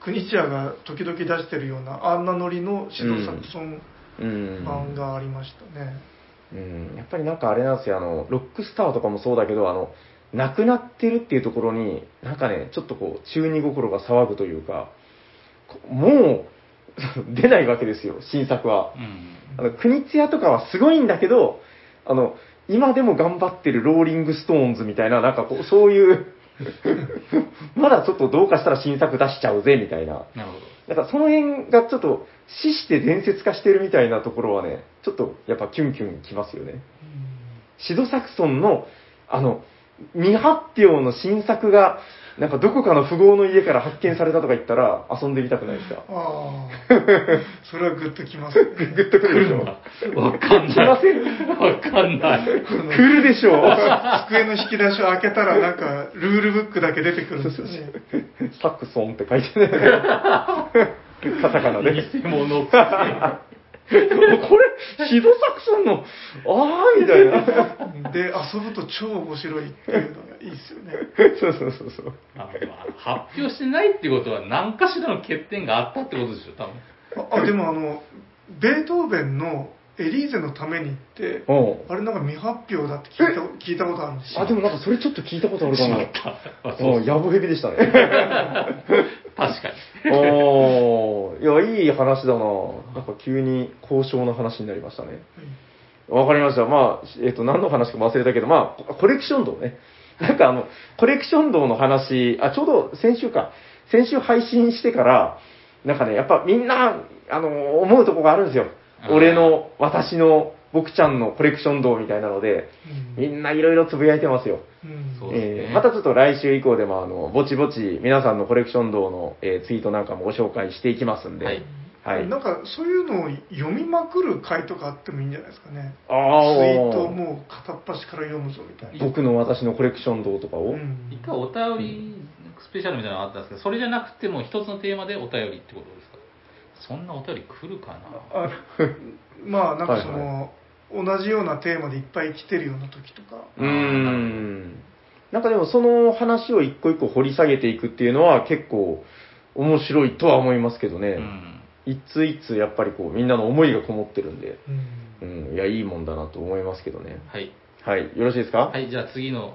[SPEAKER 3] 国チアが時々出してるようなあんなノリのシドサクソン
[SPEAKER 2] うん。
[SPEAKER 3] 版がありましたね、
[SPEAKER 2] うん。やっぱりなんかあれなんですよ。あの、ロックスターとかもそうだけど、あの、亡くなってるっていうところに、なんかね、ちょっとこう、中二心が騒ぐというか、こもう、 出ないわけですよ、新作は。
[SPEAKER 1] うん。
[SPEAKER 2] あの、国津屋とかはすごいんだけど、あの、今でも頑張ってるローリングストーンズみたいな、なんかこう、そういう、 まだちょっとどうかしたら新作出しちゃうぜ、みたいな。
[SPEAKER 1] なるほど。
[SPEAKER 2] なんかその辺がちょっと死して伝説化してるみたいなところはね、ちょっとやっぱキュンキュンきますよね。シドサクソンの、あの、未発表の新作が、なんかどこかの富豪の家から発見されたとか言ったら遊んでみたくないですか
[SPEAKER 3] ああそれはグッときますね
[SPEAKER 2] グッとくるでしょ
[SPEAKER 1] わかんない。わかんない。
[SPEAKER 2] 来るでしょ
[SPEAKER 3] 机の引き出しを開けたらなんかルールブックだけ出てくるんですよね
[SPEAKER 2] サクソンって書いてね。 カタカナで。も
[SPEAKER 1] 偽物。
[SPEAKER 2] うこれ、シドサクソンの、あーみたい な。
[SPEAKER 3] で遊ぶと超面白いっていうのがいいですよね
[SPEAKER 2] そうそうそうそう。
[SPEAKER 1] あでもあの発表してないってことは何かしらの欠点があったってことでしょ、多分。
[SPEAKER 3] ああでもあのベートーベンの「エリーゼのために」って
[SPEAKER 2] うん
[SPEAKER 3] あれなんか未発表だって聞いた聞いたことあるんですよ
[SPEAKER 2] あ、でもなんかそれちょっと聞いたことあるかも。
[SPEAKER 1] あそう
[SPEAKER 2] うん、やぶへびでしたね。
[SPEAKER 1] 確かに。
[SPEAKER 2] おー、いや、いい話だななんか急に交渉の話になりましたね。わかりました。まあ、えっ、と、何の話か忘れたけど、まあ、ココレクション道ね。なんかあの、コレクション道の話、あ、ちょうど先週か。先週配信してから、なんかね、やっぱみんな、あの、思うとこがあるんですよ
[SPEAKER 1] あ。ー
[SPEAKER 2] 俺の、私の、僕ちゃんのコレクション道みたいなので、
[SPEAKER 3] うん
[SPEAKER 2] みんないろいろつぶやいてますよ。
[SPEAKER 3] うん
[SPEAKER 1] そうですね
[SPEAKER 2] えーまたちょっと来週以降でも、あの、ぼちぼち皆さんのコレクション道の、えーツイートなんかもご紹介していきますんで。
[SPEAKER 1] はい
[SPEAKER 2] はい。
[SPEAKER 3] なんかそういうのを読みまくる回とかあってもいいんじゃないですかね
[SPEAKER 2] あ
[SPEAKER 3] ツイ
[SPEAKER 2] ー
[SPEAKER 3] ートをもう片っ端から読むぞみたいな、
[SPEAKER 2] 僕の私のコレクション道とかを。
[SPEAKER 3] うん
[SPEAKER 1] 一回お便りスペシャルみたいなのがあったんですけど、それじゃなくてもう一つのテーマでお便りってことですかそんなお便り来るかな
[SPEAKER 3] あまあなんかそ
[SPEAKER 2] は
[SPEAKER 3] の、同じようなテーマでいっぱい来てるような時とか、
[SPEAKER 2] うーん。なんかでもその話を一個一個掘り下げていくっていうのは結構面白いとは思いますけど
[SPEAKER 1] う
[SPEAKER 2] ね。
[SPEAKER 1] ん。
[SPEAKER 2] 一通一通やっぱりこうみんなの思いがこもってるんで、うん、いや、いいもんだなと思いますけどね。
[SPEAKER 1] はい。
[SPEAKER 2] はい、よろしいですか、
[SPEAKER 1] はい、じゃあ次の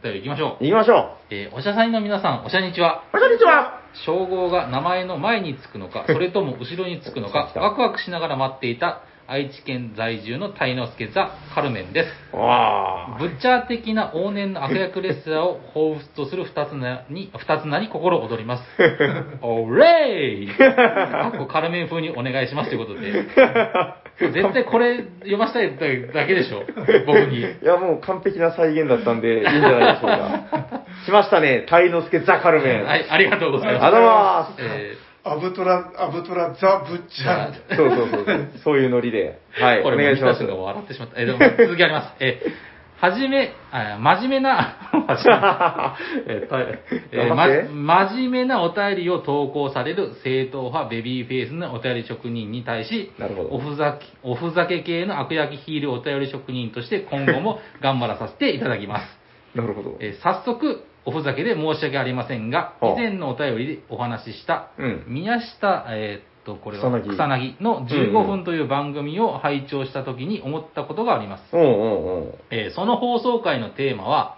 [SPEAKER 1] お便り行きましょう。
[SPEAKER 2] 行きましょ
[SPEAKER 1] えーおしゃさんの皆さん、おしゃにちは。
[SPEAKER 2] うこんにちは
[SPEAKER 1] 称号が名前の前につくのか、それとも後ろにつくの
[SPEAKER 2] 来
[SPEAKER 1] か、
[SPEAKER 2] た
[SPEAKER 1] ワクワクしながら待っていた愛知県在住の鯛之助ザ・カルメンです。
[SPEAKER 2] わ
[SPEAKER 1] ブッチャー的な往年の悪役レスラーを彷彿とする二つ名に、二つ名に心躍り ます。オレイかっこカルメン風にお願いしますということで。絶対これ読ませたいだけでしょ、僕に。
[SPEAKER 2] ーいや、もう完璧な再現だったんで、いいんじゃないでしょ うか。来ましたね、鯛之助ザ・カルメン。
[SPEAKER 1] はい、ありがとうござい
[SPEAKER 2] あ
[SPEAKER 1] ま
[SPEAKER 2] りがとうございます
[SPEAKER 1] す。え
[SPEAKER 3] アブトラアブトラザ・ブッチャ
[SPEAKER 1] ー
[SPEAKER 3] ー
[SPEAKER 2] そう そうそうそう。そういうノリで。はい、お
[SPEAKER 1] これ
[SPEAKER 2] 願いします。
[SPEAKER 1] の笑ってしまった。えーでも続きあります。えーはじめ、あ真面目な、 真面目えーたえーま
[SPEAKER 2] 頑張って
[SPEAKER 1] 真面目なお便りを投稿される正統派ベビーフェイスのお便り職人に対し、
[SPEAKER 2] なるほど
[SPEAKER 1] おふざけ、おふざけ系の悪役ヒールお便り職人として今後も頑張らさせていただきます。
[SPEAKER 2] なるほど。
[SPEAKER 1] えー早速、おふざけで申し訳ありませんが、以
[SPEAKER 2] はあ
[SPEAKER 1] 前のお便りでお話しした、
[SPEAKER 2] うん
[SPEAKER 1] 宮下、えーっと、これ
[SPEAKER 2] 草
[SPEAKER 1] は
[SPEAKER 2] 薙
[SPEAKER 1] 草薙の15分という番組を拝聴した時に思ったことがあります。
[SPEAKER 2] うんうんうん。
[SPEAKER 1] えーその放送回のテーマは、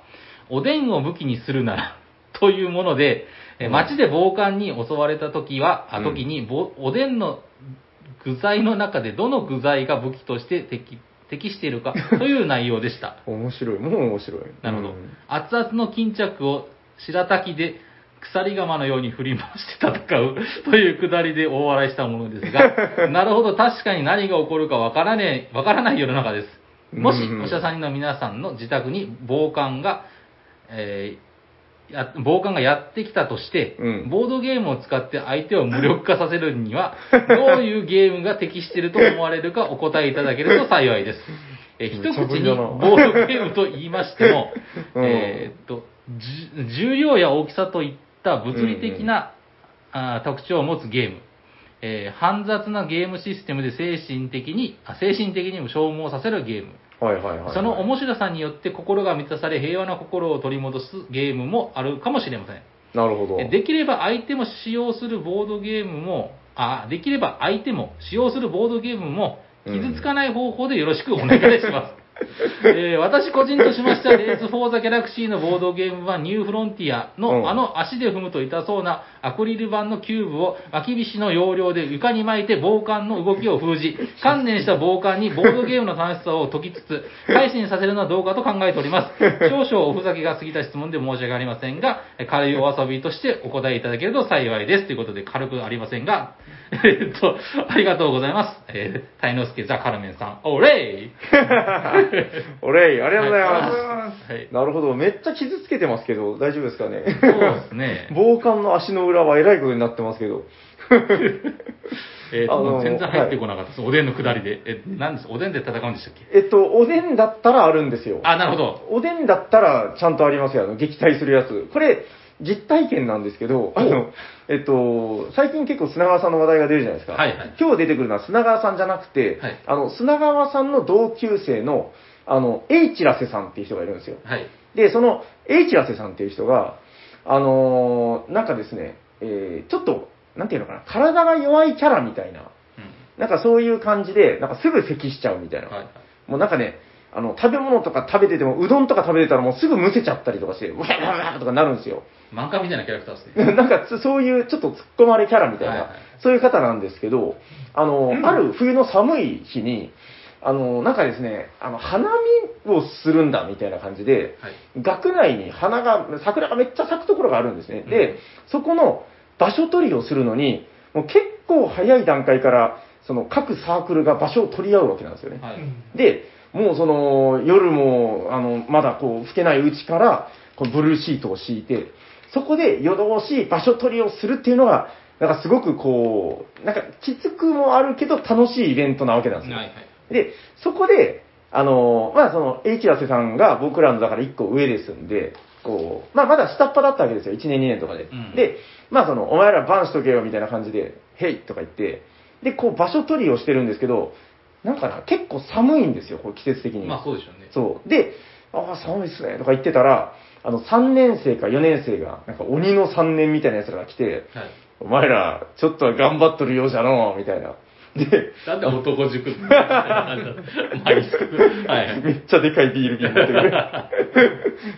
[SPEAKER 1] おでんを武器にするなら、 というもので、えー
[SPEAKER 2] うん
[SPEAKER 1] 街で暴漢に襲われた時は、あ
[SPEAKER 2] うん
[SPEAKER 1] 時にぼおでんの具材の中でどの具材が武器として適適してい るかという内容でした。
[SPEAKER 2] 面白い、もう面白い。
[SPEAKER 1] なるほど
[SPEAKER 2] うん。
[SPEAKER 1] 熱々の巾着を白滝で鎖釜のように振り回して戦 うというくだりで大笑いしたものですが、なるほど、確かに何が起こるかわからねえ、わからない世の中です。もし
[SPEAKER 2] うん、
[SPEAKER 1] お医者さんの皆さんの自宅に暴漢が、えーや暴漢がやってきたとして、
[SPEAKER 2] うん
[SPEAKER 1] ボードゲームを使って相手を無力化させるに は、どういうゲームが適していると思われるかお答えいただけると幸いです。えー一
[SPEAKER 2] めっちゃぶ
[SPEAKER 1] 口
[SPEAKER 2] り
[SPEAKER 1] に
[SPEAKER 2] だな、
[SPEAKER 1] ボードゲームと言いましても
[SPEAKER 2] うん
[SPEAKER 1] えーっと、じ重量や大きさといった物理的な、あー特徴を持つゲーム、えー煩雑なゲームシステムで精神的に、あ精神的にも消耗させるゲーム、
[SPEAKER 2] はいはいはいはい。
[SPEAKER 1] その面白さによって心が満たされ平和な心を取り戻すゲームもあるかもしれません。
[SPEAKER 2] なるほど。
[SPEAKER 1] えできれば相手も使用するボードゲームも、あ、できれば相手も使用するボードゲームも、傷つかない方法でよろしくお願いします。えー私個人としま しては、レース・フォー・ザ・ギャラクシーのボードゲーム版ニューフロンティアの、
[SPEAKER 2] うん
[SPEAKER 1] あの足で踏むと痛そうなアクリル板のキューブを巻き菱の要領で床に巻いて防寒の動きを封 じ、観念した防寒にボードゲームの楽しさを解きつつ、改心させるのはどうかと考えております。 少々おふざけが過ぎた質問で申し訳ありませんが、え軽いお遊びとしてお答えいただけると幸いです。ということで、軽くありませんが、 えっと、ありがとうございます。えー、タイノスケザ・カルメンさん、オレイ
[SPEAKER 2] お礼ありがとうござい
[SPEAKER 3] ありがとうござい
[SPEAKER 2] ま
[SPEAKER 3] ます
[SPEAKER 1] はい
[SPEAKER 2] す。。なるほど。めっちゃ傷つけてますけど、大丈夫ですかね。。
[SPEAKER 1] そうですね
[SPEAKER 2] 防寒の足の裏はえらいことになってますけど。
[SPEAKER 1] えーと
[SPEAKER 2] あの
[SPEAKER 1] 全然入ってこなかったです。おでんのくだりで。え、なんですおでんで戦うんでしたっけ
[SPEAKER 2] えっと、おでんだったらあるんですよ。
[SPEAKER 1] あ、なるほど。
[SPEAKER 2] おでんだったらちゃんとありますよ、あの撃退するやつ。これ、実体験なんですけど、あの、えっと、最近結構砂川さんの話題が出るじゃないですか。
[SPEAKER 1] はいはい
[SPEAKER 2] 今日出てくるのは砂川さんじゃなくて、
[SPEAKER 1] はい
[SPEAKER 2] あの、砂川さんの同級生の、あの、エイチラセさんっていう人がいるんですよ。
[SPEAKER 1] はい。
[SPEAKER 2] で、その、エイチラセさんっていう人が、あのーなんかですね、えーちょっと、なんていうのかな、体が弱いキャラみたいな、
[SPEAKER 1] う
[SPEAKER 2] なんかそういう感じで、なんかすぐ咳しちゃうみたいな。
[SPEAKER 1] ん。はい。
[SPEAKER 2] もうなんかね、あの、食べ物とか食べてても、うどんとか食べてたらもうすぐむせちゃったりとかして、わーわーわーとかなるんですよ。
[SPEAKER 1] 漫画みたいなキャラクターですね。
[SPEAKER 2] なんかつ、そういうちょっと突っ込まれキャラみたいな、
[SPEAKER 1] はいはい
[SPEAKER 2] そういう方なんですけど、あの、ある冬の寒い日に、あの、なんかですね、あの、花見をするんだみたいな感じで、
[SPEAKER 1] はい。
[SPEAKER 2] 学内に花が、桜がめっちゃ咲くところがあるんですね。で、
[SPEAKER 1] うん
[SPEAKER 2] そこの場所取りをするのに、もう結構早い段階から、その各サークルが場所を取り合うわけなんですよね。
[SPEAKER 1] は
[SPEAKER 3] う
[SPEAKER 1] い。
[SPEAKER 3] ん
[SPEAKER 2] で、もうその、夜も、あの、まだこう、吹けないうちから、このブルーシートを敷いて、そこで夜通し場所取りをするっていうのが、なんかすごくこう、なんかきつくもあるけど楽しいイベントなわけなんですよ。
[SPEAKER 1] はい。はい。
[SPEAKER 2] で、そこで、あの、まあその、H ラセさんが僕らのだから1個上ですんで、こう、まあまだ下っ端だったわけですよ、1年2年とかで。
[SPEAKER 1] うん
[SPEAKER 2] で、まあその、お前らバンしとけよみたいな感じで、へいとか言って、で、こう場所取りをしてるんですけど、なんかな、結構寒いんですよ、こう季節的に。
[SPEAKER 1] まあそうでしょうね。
[SPEAKER 2] そう。で、ああ、寒いっすね、とか言ってたら、あの、3年生か4年生が、なんか鬼の3年みたいな奴らが来て、
[SPEAKER 1] はい。
[SPEAKER 2] お前ら、ちょっとは頑張っとるようじゃのう、みたいな。で、
[SPEAKER 1] だって男塾 って。まあいいですけどはいはい。
[SPEAKER 2] めっちゃでかいビール瓶持ってく る。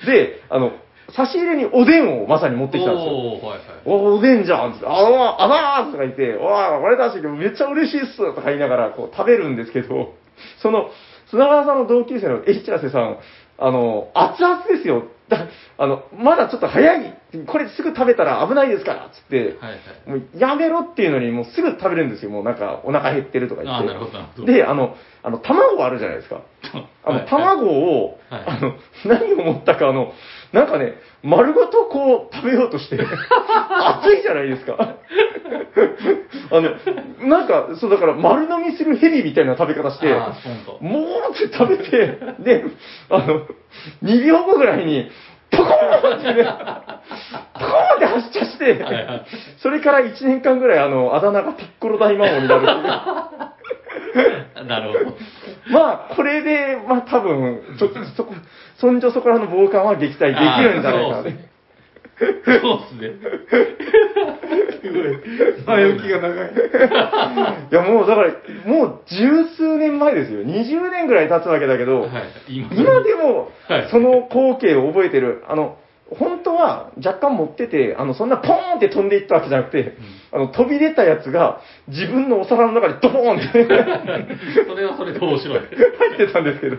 [SPEAKER 2] で、あの、差し入れにおでんをまさに持ってきたんですよ。
[SPEAKER 1] おーはいはい。
[SPEAKER 2] おおでんじゃんって、ああ、あばーとか言って、わあ、俺たちめっちゃ嬉しいっすとか言いながらこう食べるんですけど、その、砂川さんの同級生のエイチラセさん、あの、熱々ですよ。 だあの、まだちょっと早い。これすぐ食べたら危ないですから、つって、
[SPEAKER 1] はいはい。
[SPEAKER 2] もうやめろっていうのにもうすぐ食べるんですよ。もうなんかお腹減ってるとか言っ
[SPEAKER 1] あ
[SPEAKER 2] て。
[SPEAKER 1] ーなるほどなるほど。
[SPEAKER 2] で、あの、あの、卵あるじゃないですか。あの、
[SPEAKER 1] はい
[SPEAKER 2] 卵を、
[SPEAKER 1] はい
[SPEAKER 2] あの、何を思ったか、あの、なんかね、丸ごとこう食べよう として、熱いじゃないですか。 あの、なんか、そうだから丸飲みするヘビみたいな食べ方して、
[SPEAKER 1] あーそうそう
[SPEAKER 2] もうって食べて、で、あの、2秒後ぐらいに、パコーンってね、パコーンって発射して
[SPEAKER 1] はいはい、
[SPEAKER 2] それから1年間ぐらい、あの、あだ名がピッコロ大魔王になるっていう。
[SPEAKER 1] なるほど。
[SPEAKER 2] まあ、これで、まあ多分、ちょそこ、そんじょそこらの防寒は撃退できるんじゃないか
[SPEAKER 1] そう
[SPEAKER 2] な。
[SPEAKER 1] ですね。
[SPEAKER 3] すごい前置きが長い
[SPEAKER 2] いや、もうだから、もう十数年前ですよ。20年ぐらい経つわけだけど、
[SPEAKER 1] そうですね。はい。今
[SPEAKER 2] 今でも
[SPEAKER 1] はい、
[SPEAKER 2] その光景を覚えてる、あの、本当は若干持ってて、あの、そんなポーンって飛んでいったわけじゃなくて、あの、飛び出たやつが自分のお皿の中にドボーンって
[SPEAKER 1] それはそれで面白い。
[SPEAKER 2] 入ってたんですけど。い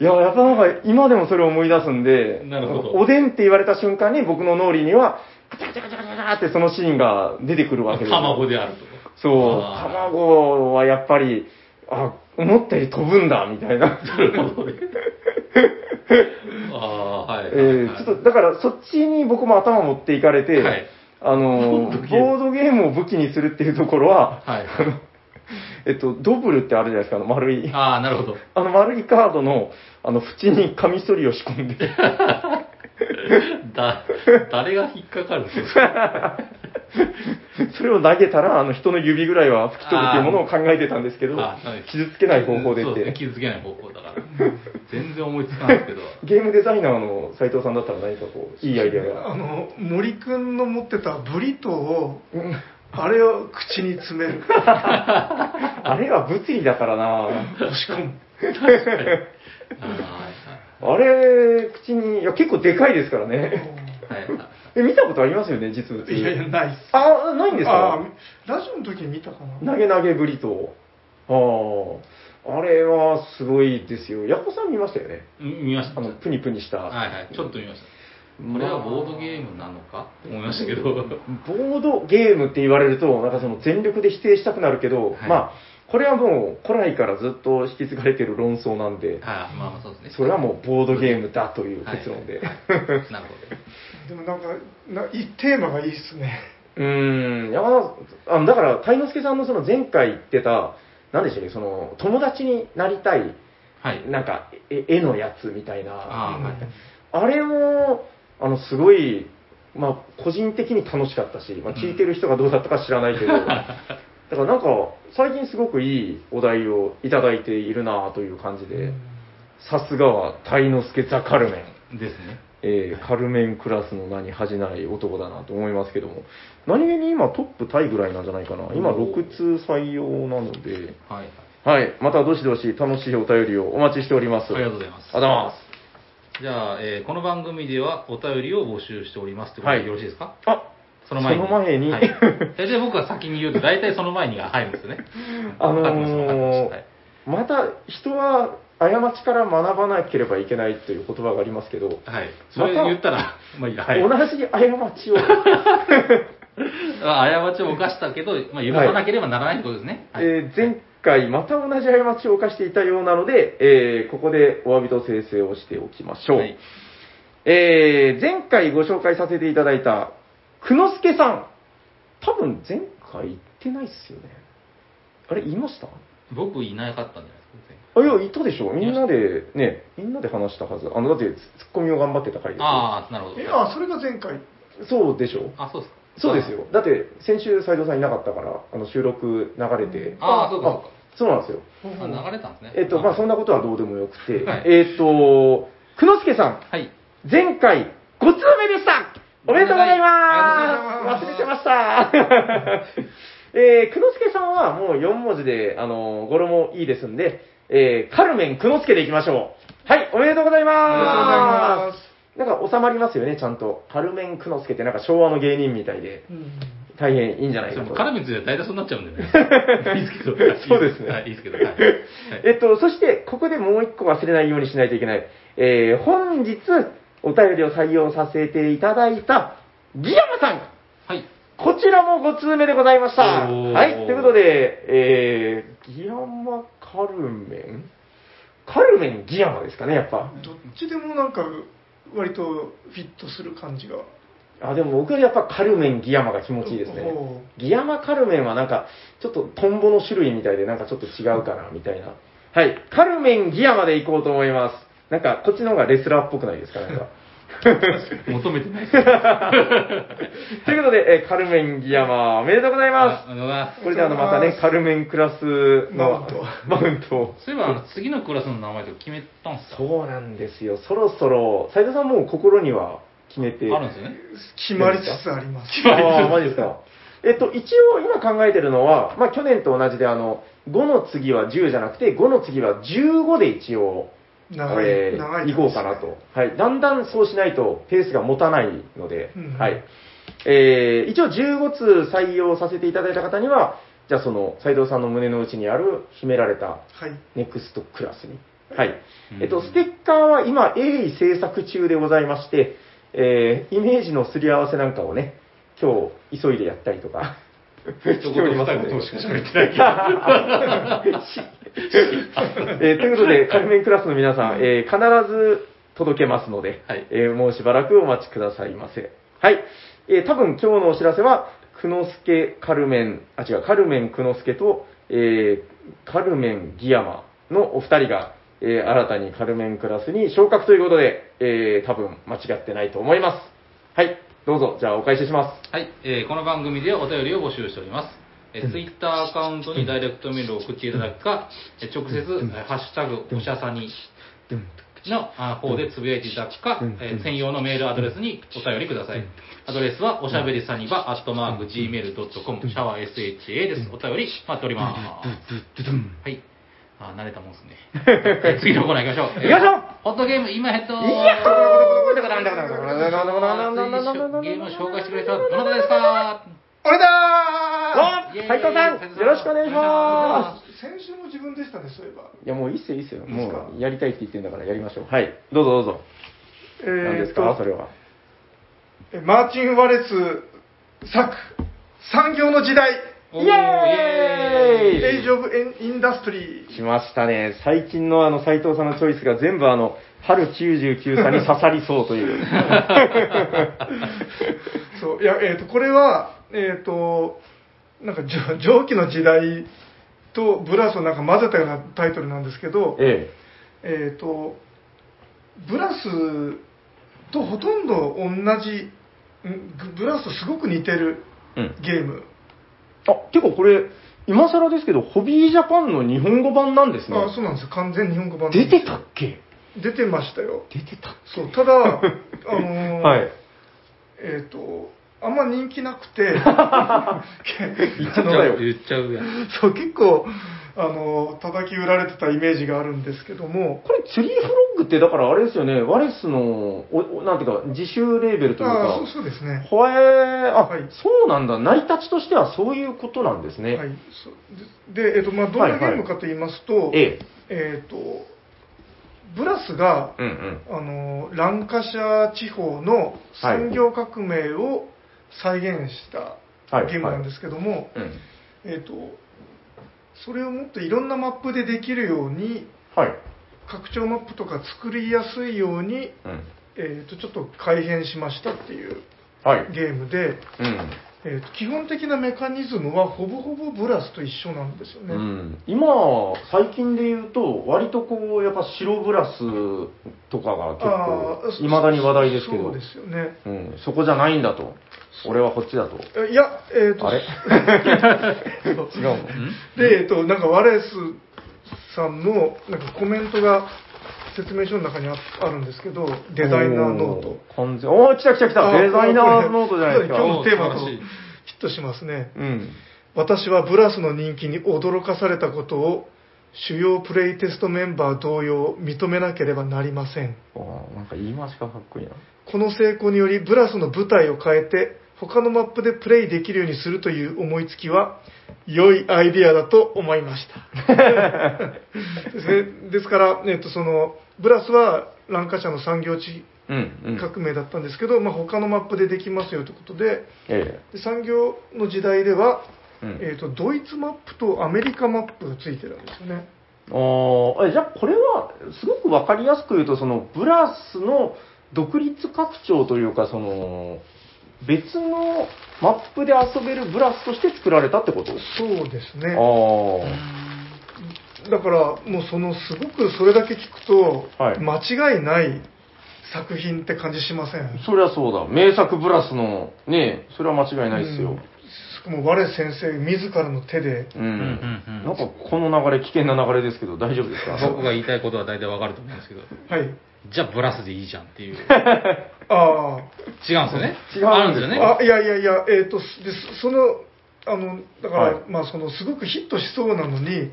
[SPEAKER 2] や、やっぱなんか今でもそれを思い出すんで、
[SPEAKER 1] なるほど
[SPEAKER 2] おでんって言われた瞬間に僕の脳裏には、カチャカチャカチャカチャってそのシーンが出てくるわけですよ。
[SPEAKER 1] 卵であると。
[SPEAKER 2] そう、
[SPEAKER 1] あー
[SPEAKER 2] 卵はやっぱり、あ、思ったより飛ぶんだ、みたいな。
[SPEAKER 1] なるほどね。 ああー、はい。
[SPEAKER 2] えーちょっと、だからそっちに僕も頭持っていかれて、
[SPEAKER 1] はい
[SPEAKER 2] あの
[SPEAKER 1] ボードゲーム
[SPEAKER 2] ー、ボードゲームを武器にするっていうところは、
[SPEAKER 1] はい。
[SPEAKER 2] えっと、ドブルってあるじゃないですか、あの丸い。
[SPEAKER 1] ああ、なるほど。
[SPEAKER 2] あの丸いカードの、あの、縁にカミソリを仕込んで、
[SPEAKER 1] だ、誰が引っかかるんです か
[SPEAKER 2] それを投げたら、あの、人の指ぐらいは吹き飛ぶっていうものを考えてたんですけど
[SPEAKER 1] あーはい、
[SPEAKER 2] 傷つけない方法で
[SPEAKER 1] そ
[SPEAKER 2] っ
[SPEAKER 1] うですね、
[SPEAKER 2] て。
[SPEAKER 1] 傷つけない方法だから。全然思いつかないですけど。
[SPEAKER 2] ゲームデザイナーの斉藤さんだったら何かこう、いいアイデア が。
[SPEAKER 3] あの森くんの持ってたブリトーを
[SPEAKER 2] うん
[SPEAKER 3] あれを口に詰める
[SPEAKER 2] あれは物理だからな
[SPEAKER 3] 押し込む
[SPEAKER 1] あ
[SPEAKER 2] あれ、口に、いや、結構でかいですからね。
[SPEAKER 1] あはいはい。はいはい
[SPEAKER 2] え、見たことありますよね、実物。
[SPEAKER 3] いやいやないっす
[SPEAKER 2] あ、ないんです
[SPEAKER 3] あ
[SPEAKER 2] か
[SPEAKER 3] ーラジオの時に見たかな
[SPEAKER 2] 投げ投げぶりと。ああ。あれはすごいですよ。ヤコさん見ましたよね。
[SPEAKER 1] 見ました。
[SPEAKER 2] あの、
[SPEAKER 1] は
[SPEAKER 2] プニプニした。
[SPEAKER 1] いはい。ちょっと見ました。これはボードゲームなのかって思いましたけど。
[SPEAKER 2] ボードゲームって言われると、なんかその全力で否定したくなるけ
[SPEAKER 1] は
[SPEAKER 2] ど、
[SPEAKER 1] い
[SPEAKER 2] まあ、これはもう古来からずっと引き継がれてる論争なんで、
[SPEAKER 1] ああ、まあまあそうですね。
[SPEAKER 2] それはもうボードゲームだという結論で。
[SPEAKER 1] なるほ
[SPEAKER 3] でもなんかないテーマがいいっすね
[SPEAKER 2] うーん、山田あのだから、鯛之助さんのその前回言ってた、なんでしょうね、その友達になりたい、
[SPEAKER 1] ど。はい。
[SPEAKER 2] なんかえ絵のやつみたいな、あ
[SPEAKER 1] ああ、はい。
[SPEAKER 2] れもあのすごい、まあ、個人的に楽しかったし、まあ、聞いてる人がどうだったか知らない けど、だからなんか、最近すごくいいお題をいただいているなという感じで、さすがは鯛之助ザ・カ ルメン。
[SPEAKER 1] ですね。
[SPEAKER 2] えーカルメンクラスの名に恥じない男だなと思いますけども、何気に今トップタイぐらいなんじゃないかな。今
[SPEAKER 1] おー
[SPEAKER 2] 6通採用なので、
[SPEAKER 1] はい。
[SPEAKER 2] はい、またどしどし楽しいお便りをお待ちしております。
[SPEAKER 1] ありがとうございます
[SPEAKER 2] ありがとうございます。
[SPEAKER 1] じゃあ、えーこの番組ではお便りを募集しておりますってこと
[SPEAKER 2] は
[SPEAKER 1] で
[SPEAKER 2] い
[SPEAKER 1] よろしいですか
[SPEAKER 2] あ、
[SPEAKER 1] その前に。
[SPEAKER 2] その前に
[SPEAKER 1] はい大体僕が先に言うと、大体その前にが入るんですよね。
[SPEAKER 2] あの
[SPEAKER 1] わかってますわかってますはい
[SPEAKER 2] ー、また人は過ちから学ばなければいけないという言葉がありますけど、
[SPEAKER 1] はい。それ言ったら、まあいいや、はい。
[SPEAKER 2] 同じ過ち を、
[SPEAKER 1] あ過ちを犯したけど、まあ、許さなければならないってことですね。はい。
[SPEAKER 2] えー前回また同じ過ちを犯していたようなので、えーここでお詫びと訂正をしておきましょう。
[SPEAKER 1] はい
[SPEAKER 2] えー前回ご紹介させていただいた、くのすけさん。多分前回言ってないっすよね。あれ、言いました
[SPEAKER 1] 僕いなかったんじゃないですか
[SPEAKER 2] あ、いや、言ったでしょ。みんなで、ね、みんなで話したはず。あの、だって、ツッコミを頑張ってた回
[SPEAKER 1] 全
[SPEAKER 2] です
[SPEAKER 1] 然。
[SPEAKER 2] よ
[SPEAKER 1] ああ、なるほど
[SPEAKER 3] え。あそれが前回
[SPEAKER 2] そうでしょ。
[SPEAKER 1] あ、そうですか。
[SPEAKER 2] そうですよ。だって、先週斉藤さんいなかったから、あの、収録流れて。
[SPEAKER 1] ああ、そうか、そうか。
[SPEAKER 2] そうなんですよ。
[SPEAKER 1] あ、流れたんですね。
[SPEAKER 2] えっと、まあ、そんなことはどうでもよくて、
[SPEAKER 1] はい
[SPEAKER 2] えっと、くのすけさん、
[SPEAKER 1] はい。
[SPEAKER 2] 前回、5通目でしたおめでとうございま
[SPEAKER 1] あ
[SPEAKER 2] す
[SPEAKER 1] り
[SPEAKER 2] 忘れ
[SPEAKER 1] が
[SPEAKER 2] て
[SPEAKER 1] とうござい
[SPEAKER 2] ま
[SPEAKER 1] ま
[SPEAKER 2] した、 えー、くのすけさんはもう4文字で、あのー語呂もいいですんで、えー、カルメンくのすけでいきましょう。はい、おめでとうござい
[SPEAKER 3] ありがとうございま
[SPEAKER 2] ますすなんか収まりますよね、ちゃんと。カルメンくのすけってなんか昭和の芸人みたいで、
[SPEAKER 3] うん
[SPEAKER 2] 大変いいんじゃない
[SPEAKER 1] そ
[SPEAKER 2] か
[SPEAKER 1] れ
[SPEAKER 2] と
[SPEAKER 1] も。絡みについては大体そうなっちゃ うんでね。いいですけど。はい
[SPEAKER 2] そうですね
[SPEAKER 1] はい、いいですけど。はい。はい
[SPEAKER 2] えっと、そして、ここでもう一個忘れないようにしないといけない。えー、本日、お便りを採用させていただいた、ギヤマさん。
[SPEAKER 1] はい。
[SPEAKER 2] こちらも5通目でございました。
[SPEAKER 1] おー
[SPEAKER 2] はい、ということで、えー、ギヤマカルメンカルメンギヤマですかね、やっぱ。
[SPEAKER 3] どっちでもなんか割とフィットする感じが
[SPEAKER 2] あ、でも僕はやっぱカルメンギヤマが気持ちいいですね。
[SPEAKER 3] おー
[SPEAKER 2] ギヤマカルメンはなんか、ちょっとトンボの種類みたいで、なんかちょっと違うかな、みたいな。はい。カルメンギヤマでいこうと思います。なんか、こっちの方がレスラーっぽくないですか、 なんか。
[SPEAKER 1] 求めて ないですね。あ
[SPEAKER 2] ということで、えーカルメンギヤマ、おめでとうございま
[SPEAKER 1] あのな
[SPEAKER 2] す。これであの、またね、カルメンクラスの
[SPEAKER 3] マウント
[SPEAKER 2] マウントを。
[SPEAKER 1] そういえば、あの次のクラスの名前とか決めたんすか
[SPEAKER 2] そうなんですよ。そろそろ、斉藤さんもう心には決めて。
[SPEAKER 1] あるんですよね。
[SPEAKER 3] 決まりつつあります
[SPEAKER 2] あーマジですか。えっと、一応今考えてるのは、まあ去年と同じで、あの、5の次は10じゃなくて、5の次は15で一応、
[SPEAKER 3] 長い
[SPEAKER 2] えー
[SPEAKER 3] 長い
[SPEAKER 2] 行こうかなと、はい、だんだんそうしないとペースが持たないので、
[SPEAKER 3] うん
[SPEAKER 2] はいえー一応15通採用させていただいた方には、じゃあその斉藤さんの胸の内にある秘められた
[SPEAKER 3] はい
[SPEAKER 2] ネクストクラスに。はい
[SPEAKER 1] うん。
[SPEAKER 2] えっと、ステッカーは今、鋭意制作中でございまして、えーイメージのすり合わせなんかをね、今日、急いでやったりと か、
[SPEAKER 1] 一言二
[SPEAKER 2] んで
[SPEAKER 1] 言しか喋ってないけど。
[SPEAKER 2] えーということで、仮面クラスの皆さん、えー必ず届けますので、
[SPEAKER 1] はい
[SPEAKER 2] えーもうしばらくお待ちくださいませ。はい。えー多分今日のお知らせは、くのすけカルメン、あ、違う、カルメンくのすけと、えーカルメンギヤマのお二人が、えー新たにカルメンクラスに昇格ということで、えー多分間違ってないと思います。はい。どうぞ、じゃあお返ししま
[SPEAKER 1] はい、えーこの番組ではお便りを募集しております。えツイッター Twitter アカウントにダイレクトメールを送っていただくか、えー直接、えーハッシュタグ、おしゃさに
[SPEAKER 2] す。
[SPEAKER 1] のあ方でつぶやいていただくか、えー専用のメールアドレスにお便りください。アドレスは、おしゃべりさにば、アットマーク、gmail.com、シャワー SHA です。お便り待っております。はい。あー、慣れたもんですね。えー次のコーナー行きましょう。
[SPEAKER 2] 行きましょう
[SPEAKER 1] ホットゲーム、今ヘッド
[SPEAKER 2] いやーだからなんだからなんだからなんだからなんだからなんだからなんだから
[SPEAKER 1] ゲームを紹介してくれる人はどなたですか
[SPEAKER 3] 俺だ
[SPEAKER 2] あ
[SPEAKER 1] イエーイ
[SPEAKER 2] 斉藤さん、よろしくお願いしま
[SPEAKER 3] ー先週も自分でしたねそういえば
[SPEAKER 2] す。いや、もういいっすよ、いいっすよ。
[SPEAKER 3] いいっすか
[SPEAKER 2] もう、やりたいって言ってんだから、やりましょう。はい。どうぞどうぞ。
[SPEAKER 3] えー
[SPEAKER 2] 何ですか、それは。
[SPEAKER 3] えマーチン・ワレス作「産業の時代」
[SPEAKER 1] おー
[SPEAKER 2] イエーイ
[SPEAKER 3] エイジ・オブ・インダストリ
[SPEAKER 2] 来
[SPEAKER 3] ー
[SPEAKER 2] ましたね。最近のあの、斉藤さんのチョイスが全部あの、春99さんに刺さりそうと いう。
[SPEAKER 3] そういや、えー、とこれはえっ、となんかじょ蒸気の時代とブラスをなんか混ぜたようなタイトルなんですけど
[SPEAKER 2] え
[SPEAKER 3] えっ、とブラスとほとんど同じんブラスとすごく似てる
[SPEAKER 2] え。うん。
[SPEAKER 3] ゲーム
[SPEAKER 2] あ、結構これ、今更ですけど、ホビージャパンの日本語版なんですね。
[SPEAKER 3] あそうなんですよ完全日本語版なん
[SPEAKER 2] 出
[SPEAKER 3] ですよ
[SPEAKER 2] てたっけ
[SPEAKER 3] 出てましたよ
[SPEAKER 2] 出てた
[SPEAKER 3] そうた だあのー
[SPEAKER 2] はい。
[SPEAKER 3] えっ、とあんま人気なく
[SPEAKER 2] 言
[SPEAKER 3] て
[SPEAKER 2] っちゃ
[SPEAKER 1] 言
[SPEAKER 2] っ
[SPEAKER 1] ったちゃう
[SPEAKER 2] よ。
[SPEAKER 1] 言っちゃうやん。
[SPEAKER 3] そう結構あの叩き売られてたイメージがあるんですけども
[SPEAKER 2] これ、ツリーフロッグって、だからあれですよね、ワレスの、おおなんていうか、自主レーベルという
[SPEAKER 3] あ
[SPEAKER 2] か
[SPEAKER 3] あ、そうそうですね
[SPEAKER 2] ほえー、あ、
[SPEAKER 3] はい
[SPEAKER 2] そうなんだ、成り立ちとしてはそういうことなんですね。
[SPEAKER 3] はいそうででえっ、とまあどんなゲームかと言いますと、
[SPEAKER 2] ええ。
[SPEAKER 3] えっ、とブラスが
[SPEAKER 2] うんうん。
[SPEAKER 3] あのランカシャー地方の産業革命を再現した
[SPEAKER 2] はい
[SPEAKER 3] ゲームなんですけども、
[SPEAKER 2] うん。
[SPEAKER 3] えっ、とそれをもっといろんなマップでできるように
[SPEAKER 2] はい。
[SPEAKER 3] 拡張マップとか作りやすいように、
[SPEAKER 2] うん。
[SPEAKER 3] えー、とちょっと改変しましたっていう
[SPEAKER 2] はい。
[SPEAKER 3] ゲームで、
[SPEAKER 2] うん。
[SPEAKER 3] えー、と基本的なメカニズムはほぼほぼブラスと一緒なんですよ
[SPEAKER 2] う
[SPEAKER 3] ね、
[SPEAKER 2] ん、今、最近で言うと、割とこう、やっぱ白ブラスとかが結
[SPEAKER 3] あ
[SPEAKER 2] 構、
[SPEAKER 3] ー
[SPEAKER 2] いまだに話題ですけ
[SPEAKER 3] そ
[SPEAKER 2] ど
[SPEAKER 3] うですよね
[SPEAKER 2] うん、そこじゃないんだと、俺はこっちだと、
[SPEAKER 3] えいやえっ、と
[SPEAKER 2] あれ違うの
[SPEAKER 3] でえっ、となんかワレスさんのなんかコメントが説明書の中にああるんですけど デザイナーノート
[SPEAKER 2] お完全、おー、来た来た来た、
[SPEAKER 3] あー
[SPEAKER 2] デザイナーノートじゃないですか。
[SPEAKER 3] 今日のテーマ
[SPEAKER 1] おー素
[SPEAKER 3] と
[SPEAKER 1] 晴ら
[SPEAKER 3] ヒ
[SPEAKER 1] しい
[SPEAKER 3] ットしますね
[SPEAKER 2] うん。
[SPEAKER 3] 私はブラスの人気に驚かされたことを主要プレイテストメンバー同様認めなければなりません
[SPEAKER 2] わあなんか言い回しがかっこいいな。
[SPEAKER 3] この成功によりブラスの舞台を変えて他のマップでプレイできるようにするという思いつきは良いアイディアだと思いました ですねですから、えっと、そのブラスはランカ社の産業地
[SPEAKER 2] うん、うん。
[SPEAKER 3] 革命だったんですけど、まあ、他のマップでできますよということで
[SPEAKER 2] え
[SPEAKER 3] で産業の時代では、
[SPEAKER 2] え。うん。
[SPEAKER 3] えー、とドイツマップとアメリカマップがついてるんですよね
[SPEAKER 2] ああ、えじゃあこれは、すごくわかりやすく言うと、その、ブラスの独立拡張というか、その、別のマップで遊べるブラスとして作られたってこと
[SPEAKER 3] そうですね
[SPEAKER 2] あ
[SPEAKER 3] だからもうそのすごくそれだけ聞くと、
[SPEAKER 2] はい
[SPEAKER 3] 間違いない作品って感じしません
[SPEAKER 2] あ、そりゃそうだ。名作ブラスの、ねえそれは間違いないですよ。
[SPEAKER 3] うん、もう我先生自らの手で
[SPEAKER 2] うん。
[SPEAKER 1] うんうんうん
[SPEAKER 2] なんか、この流れ、危険な流れですけど、大丈夫ですか
[SPEAKER 1] 僕が言いたいことは大体わかると思うんですけど、
[SPEAKER 3] はい
[SPEAKER 1] じゃあブラスでいいじゃんっていう。違うん
[SPEAKER 3] あ
[SPEAKER 1] ですよね。
[SPEAKER 2] 違うんです
[SPEAKER 1] あるんですよ
[SPEAKER 3] あ、
[SPEAKER 1] ね。
[SPEAKER 3] あいやいやいやえっ、とすですそのあのだから、
[SPEAKER 2] はい
[SPEAKER 3] まあそのすごくヒットしそうなのに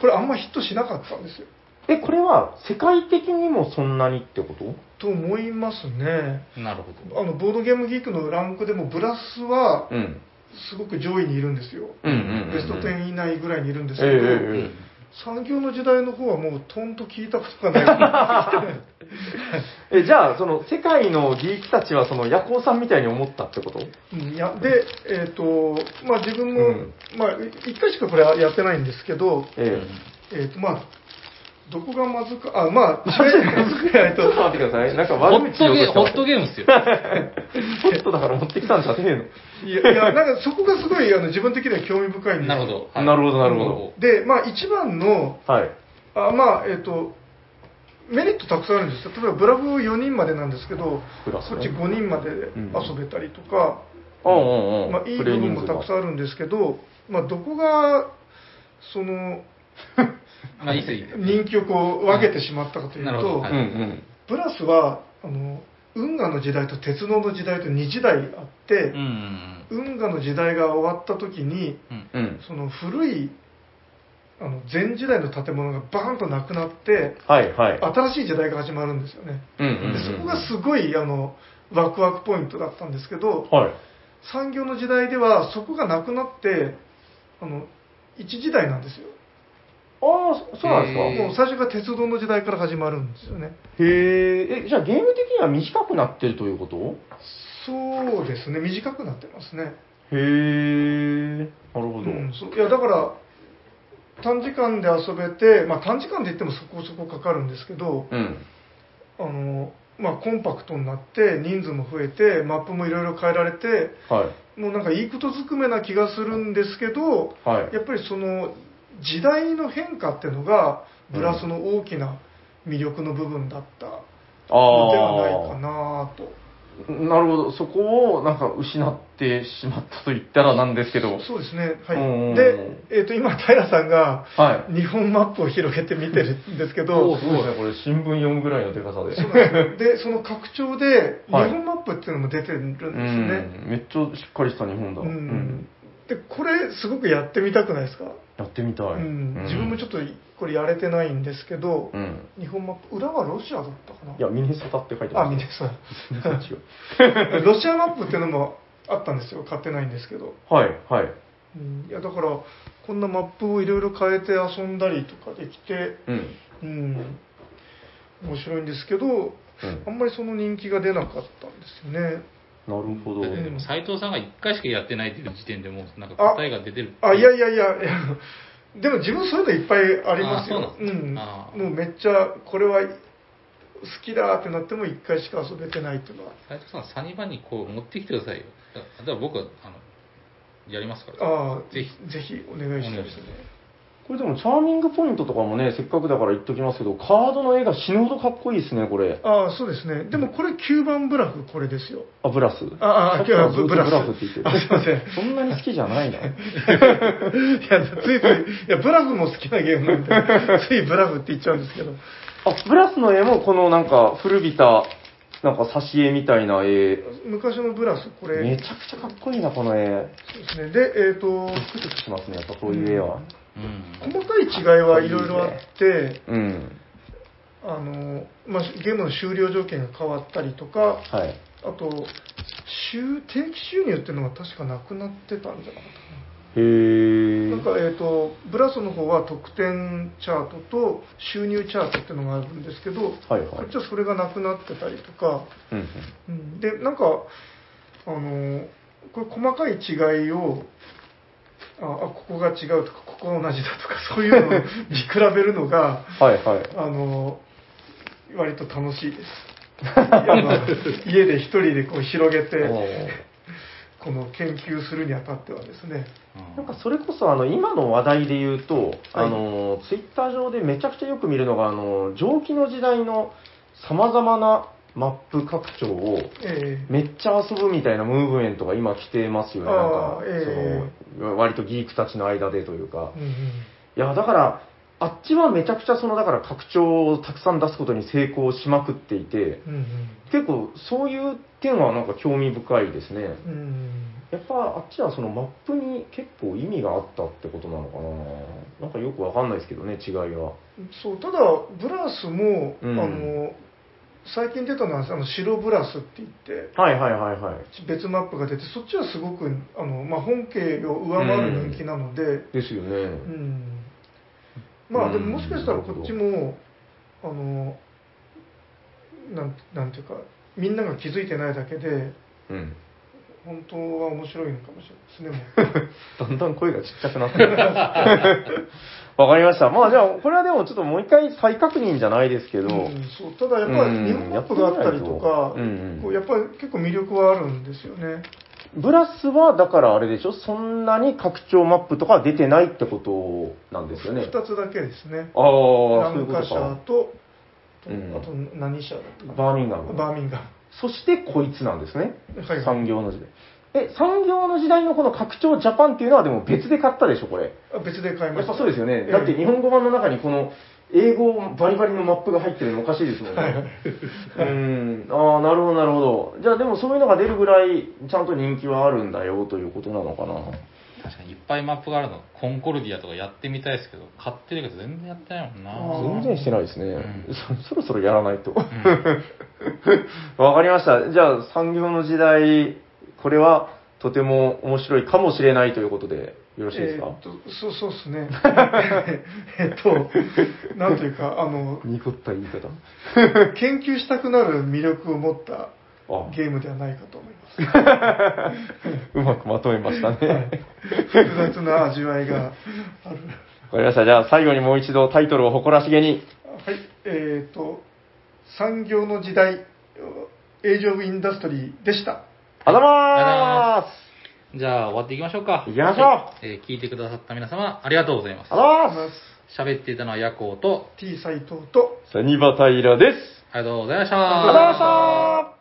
[SPEAKER 3] これあんまヒットしなかったんですよ
[SPEAKER 2] え、これは世界的にもそんなにってこと
[SPEAKER 3] と思いますね
[SPEAKER 1] なるほど。
[SPEAKER 3] あのボードゲームギークのランクでもブラスは
[SPEAKER 2] うん。
[SPEAKER 3] すごく上位にいるんですよ、
[SPEAKER 2] うんうんうんうん
[SPEAKER 3] ベスト10以内ぐらいにいるんです
[SPEAKER 2] え
[SPEAKER 3] けど、
[SPEAKER 1] う
[SPEAKER 2] えええ
[SPEAKER 1] ん。
[SPEAKER 3] 産業の時代の方はもうとんと聞いたことがない
[SPEAKER 2] えじゃあ、その世界のギークたちはその夜行さんみたいに思ったってこと
[SPEAKER 3] うんいやで、えっとまあ、自分も、
[SPEAKER 2] うん
[SPEAKER 3] まあ、1回しかこれはやってないんですけど、
[SPEAKER 2] ええ
[SPEAKER 3] えっとまあ、どこがまずか、あまあ、一番まずくない
[SPEAKER 2] ち
[SPEAKER 3] と
[SPEAKER 2] ょっと待ってください。なんか
[SPEAKER 1] ホ
[SPEAKER 2] 悪
[SPEAKER 1] ッ
[SPEAKER 2] 口言
[SPEAKER 1] ト
[SPEAKER 2] おうと
[SPEAKER 1] ゲー
[SPEAKER 2] して
[SPEAKER 1] ホ
[SPEAKER 2] ま
[SPEAKER 1] ッ
[SPEAKER 2] す
[SPEAKER 1] トゲームっすよ。
[SPEAKER 2] ホットだから持ってきたんじゃねえの。
[SPEAKER 3] いやいや、なんかそこがすごいあの自分的には興味深いんです
[SPEAKER 1] なるほど。はい
[SPEAKER 2] なるほどなるほ
[SPEAKER 3] で、まあ、一番の、
[SPEAKER 2] ど。はい。
[SPEAKER 3] あまあえっ、とメリットたくさんあるんですよ例えばブラフ4人までなんですけど
[SPEAKER 2] ブラフ
[SPEAKER 3] こ
[SPEAKER 2] ね
[SPEAKER 3] っち5人まで遊べたりとか、
[SPEAKER 2] うんうんうん。
[SPEAKER 3] まあ、いい
[SPEAKER 2] プ
[SPEAKER 3] 部
[SPEAKER 2] レイ
[SPEAKER 3] 分
[SPEAKER 2] 人
[SPEAKER 3] も
[SPEAKER 2] 数
[SPEAKER 3] た
[SPEAKER 2] が
[SPEAKER 3] くさんあるんですけど、まあ、どこがそ の
[SPEAKER 1] まあ、いいっすよいいっすよ
[SPEAKER 3] 人気をこう分けてしまったかという
[SPEAKER 1] なるほど
[SPEAKER 3] と、
[SPEAKER 1] は
[SPEAKER 2] うんうん。
[SPEAKER 3] ブラスはあの運河の時代と鉄道の時代と2時代あって、
[SPEAKER 1] うんうん
[SPEAKER 3] 運河の時代が終わった時に
[SPEAKER 1] うん。うん。
[SPEAKER 2] うん。
[SPEAKER 3] その古いあの前時代の建物がバーンとなくなって
[SPEAKER 2] はいはい。
[SPEAKER 3] 新しい時代が始まるんですよね。
[SPEAKER 2] うんうんうん
[SPEAKER 3] でそこがすごいあのワクワクポイントだったんですけど
[SPEAKER 2] はい。
[SPEAKER 3] 産業の時代ではそこがなくなってあの一時代なんですよ
[SPEAKER 2] ああ、そうなん
[SPEAKER 1] へえ
[SPEAKER 2] で
[SPEAKER 3] もう最初が鉄道の時代から始まるんですよね
[SPEAKER 2] すか。へえ。え、じゃあゲーム的には短くなってるということ
[SPEAKER 3] そうですね短くなってますね
[SPEAKER 2] へえ。なる
[SPEAKER 3] う
[SPEAKER 2] ほど。
[SPEAKER 3] んそういやだから短時間で遊べて、まあ、短時間で言ってもそこそこかかるんですけど
[SPEAKER 2] うん。
[SPEAKER 3] あの、まあ、コンパクトになって人数も増えてマップもいろいろ変えられて
[SPEAKER 2] はい。
[SPEAKER 3] もうなんかいいことずくめな気がするんですけど
[SPEAKER 2] はい。
[SPEAKER 3] やっぱりその時代の変化っていうのがブラスの大きな魅力の部分だったの
[SPEAKER 2] ああ。
[SPEAKER 3] ではないかなと
[SPEAKER 2] なるほど、そこをなんか失ってしまったと言ったらなんですけど、
[SPEAKER 3] そうですね
[SPEAKER 2] うんうんうん
[SPEAKER 3] はいで、えー、と今平さんが
[SPEAKER 2] は
[SPEAKER 3] 日本マップを広げて見てるんですけ
[SPEAKER 2] い、お
[SPEAKER 3] ど
[SPEAKER 2] おすごいですね、これ、新聞4ぐらいのでかさで、
[SPEAKER 3] そうなん ですでその拡張で日
[SPEAKER 2] はい
[SPEAKER 3] 本マップっていうのも出てるんですよ
[SPEAKER 2] う
[SPEAKER 3] ね、
[SPEAKER 2] ん、めっちゃしっかりした日本だ、
[SPEAKER 3] うん
[SPEAKER 2] うん
[SPEAKER 3] でこれすごくやってみたくないですか、
[SPEAKER 2] やってみたい、
[SPEAKER 3] うん、自分もちょっとこれやれてないんですけど、
[SPEAKER 2] うん、
[SPEAKER 3] 日本マップ裏はロシアだったかない
[SPEAKER 2] や、ミネソタって書いて
[SPEAKER 3] あ
[SPEAKER 2] ま
[SPEAKER 3] 見
[SPEAKER 2] す
[SPEAKER 3] てさ
[SPEAKER 2] 全然違う、
[SPEAKER 3] ロシアマップっていうのもあったんですよ買ってないんですけど、
[SPEAKER 2] はい、はい、
[SPEAKER 3] うんいやだからこんなマップをいろいろ変えて遊んだりとかできて
[SPEAKER 2] うん、
[SPEAKER 3] うん面白いんですけど
[SPEAKER 2] うん
[SPEAKER 3] あんまりその人気が出なかったんですよね
[SPEAKER 2] なるほど、
[SPEAKER 1] だってでも斎藤さんが1回しかやってないっていう時点でもうなんか答えが出てる
[SPEAKER 3] あいやいやいやいやでも自分そういうのいっぱいあります
[SPEAKER 1] あ
[SPEAKER 3] よ
[SPEAKER 1] そう
[SPEAKER 3] う
[SPEAKER 1] なんです
[SPEAKER 3] ん
[SPEAKER 1] あ
[SPEAKER 3] もうめっちゃこれは好きだってなっても1回しか遊べてないっていうのは
[SPEAKER 1] 斉藤さん、サニバにこう持ってきてくださいよ。だだから僕は、あの、やりますから。
[SPEAKER 3] ああ
[SPEAKER 1] ぜ
[SPEAKER 3] ぜ
[SPEAKER 1] ひ
[SPEAKER 3] ひぜひお願いしたいですね
[SPEAKER 2] これでも、チャーミングポイントとかもね、せっかくだから言っときますけど、カードの絵が死ぬほどかっこいいですね、これ、
[SPEAKER 3] ああそうですねでもこれ9番ブラフこれですよ
[SPEAKER 2] あ、ブラス、
[SPEAKER 3] ああ、
[SPEAKER 2] さっ
[SPEAKER 3] 今
[SPEAKER 2] き
[SPEAKER 3] 日
[SPEAKER 2] から
[SPEAKER 3] は
[SPEAKER 2] ずっと
[SPEAKER 3] ブラ
[SPEAKER 2] ブ
[SPEAKER 3] ス。
[SPEAKER 2] ラフって言ってる
[SPEAKER 3] あ、すいません。
[SPEAKER 2] そんなに好きじゃないな。
[SPEAKER 3] いや、ついつい、いや、ブラフも好きなゲームなんで、ついブラフって言っちゃうんですけど。
[SPEAKER 2] あ、ブラスの絵もこのなんか古びた、なんか挿絵みたいな絵。
[SPEAKER 3] 昔のブラス、これ、
[SPEAKER 2] めちゃくちゃかっこいいな、この絵。
[SPEAKER 3] そうですね。で、えっ、と、
[SPEAKER 2] ドクドクしますね、やっぱそういう絵は。
[SPEAKER 1] うん。
[SPEAKER 3] 細かい違いはいろいろあって、
[SPEAKER 2] うん。
[SPEAKER 3] あの、まあ、ゲームの終了条件が変わったりとか、
[SPEAKER 2] はい。
[SPEAKER 3] あと、収定期収入っていうのが確かなくなってたんじゃなかったかな。
[SPEAKER 2] へー。
[SPEAKER 3] なんかえー、とブラスの方は得点チャートと収入チャートっていうのがあるんですけど、
[SPEAKER 2] はいはい
[SPEAKER 3] こっちはそれがなくなってたりとか、
[SPEAKER 2] うんうん。
[SPEAKER 3] うんでなんかあのーこれ細かい違いをああここが違うとかここが同じだと かそういうのを見比べるのが
[SPEAKER 2] はいはい。
[SPEAKER 3] あのー割と楽しいですあ の家で一人でこう広 げてこの研究するにあたってはですね
[SPEAKER 1] うん
[SPEAKER 2] なんかそれこそあの今の話題で言うと、あのツイッター上でめちゃくちゃよく見るのがあの蒸気の時代のさまざまなマップ拡張を
[SPEAKER 3] えー
[SPEAKER 2] めっちゃ遊ぶみたいなムーブメントが今来てますよね、なんか
[SPEAKER 3] あーええ
[SPEAKER 2] その割とギークたちの間でというか、
[SPEAKER 3] うんうん
[SPEAKER 2] いやだから、あっちはめちゃくちゃそのだから拡張をたくさん出すことに成功しまくっていて、
[SPEAKER 3] うん
[SPEAKER 2] 結構そういう点はなんか興味深いですね。
[SPEAKER 3] うんうん
[SPEAKER 2] やっぱあっちはそのマップに結構意味があったってことなのかななんかよくわかんないですけどね、違いは。
[SPEAKER 3] そうただブラスも、
[SPEAKER 2] うん
[SPEAKER 3] あの最近出たのはあの白ブラスって言って
[SPEAKER 2] はいはいはいはい。
[SPEAKER 3] 別マップが出てそっちはすごくあの、まあ、本家を上回る人気なので、
[SPEAKER 2] ですよね。
[SPEAKER 3] うんまあでももしかしたらこっちもあのなんなんていうかみんなが気づいてないだけで
[SPEAKER 2] うん。
[SPEAKER 3] 本当は面白いのかもしれないですねも
[SPEAKER 2] だ
[SPEAKER 3] う
[SPEAKER 2] んだん声がちっちゃくなってる わかりました。まあじゃあ、これはでもちょっともう一回再確認じゃないですけど、
[SPEAKER 3] うんそうただやっぱり日本マップがあったりとか、
[SPEAKER 2] うん
[SPEAKER 3] こうやっぱり結構魅力はあるんですよね
[SPEAKER 2] ブラスはだからあれでしょそんなに拡張マップとかは出てないってことなんですよね。
[SPEAKER 3] 2つだけですね
[SPEAKER 2] ああ、そういう
[SPEAKER 3] 南
[SPEAKER 2] こ
[SPEAKER 3] 下
[SPEAKER 2] と
[SPEAKER 3] 社
[SPEAKER 2] か。
[SPEAKER 3] とと
[SPEAKER 2] うん
[SPEAKER 3] あと何社だっ
[SPEAKER 2] バーミンガ
[SPEAKER 3] た
[SPEAKER 2] ム。
[SPEAKER 3] バーミンガム
[SPEAKER 2] そしてこいつなんですね。
[SPEAKER 3] はい
[SPEAKER 2] 産業の時代。え、産業の時代のこの拡張ジャパンっていうのはでも別で買ったでしょ、これ。
[SPEAKER 3] あ別で買い
[SPEAKER 2] や
[SPEAKER 3] ま
[SPEAKER 2] っ
[SPEAKER 3] した
[SPEAKER 2] ぱそうですよね。
[SPEAKER 3] ええ
[SPEAKER 2] だって日本語版の中にこの英語バリバリのマップが入ってるのおかしいですもんね。うん。ああ、なるほど、なるほど。じゃあでもそういうのが出るぐらいちゃんと人気はあるんだよということなのかな。
[SPEAKER 1] 確かにいっぱいマップがあるの。コンコルディアとかやってみたいですけど、買ってるけど全然やってないもん
[SPEAKER 3] あ
[SPEAKER 1] な。
[SPEAKER 3] ー
[SPEAKER 2] 全然してないですね。
[SPEAKER 1] うん
[SPEAKER 2] そそろそろやらないと。
[SPEAKER 1] うん
[SPEAKER 2] わかりました。じゃあ、産業の時代、これはとても面白いかもしれないということで、よろしいです
[SPEAKER 3] えー
[SPEAKER 2] か
[SPEAKER 3] っ、とそうそうですね えっとなんというかあの
[SPEAKER 2] 濁った言い方。
[SPEAKER 3] 研究したくなる魅力を持った
[SPEAKER 2] あ、
[SPEAKER 3] ゲームではないかと思います
[SPEAKER 2] うまくまとめましたね。わ
[SPEAKER 3] 複雑な味わいがある
[SPEAKER 2] かりました。じゃあ、最後にもう一度タイトルを誇らしげに。
[SPEAKER 3] はいえっ、と産業の時代エイジ・オブ・インダストリーでした
[SPEAKER 2] あざ
[SPEAKER 1] あ
[SPEAKER 2] まーす
[SPEAKER 1] じゃあ終わっていきましょうか。
[SPEAKER 2] 行きましょう
[SPEAKER 1] う、えー聞いてくださった皆様、ありがとうございます
[SPEAKER 2] あ。ざまー
[SPEAKER 1] 喋っていたのはヤコウと、
[SPEAKER 3] T 斎藤と
[SPEAKER 2] すサニバタイラです
[SPEAKER 1] ありがとうございました。
[SPEAKER 2] あざまーした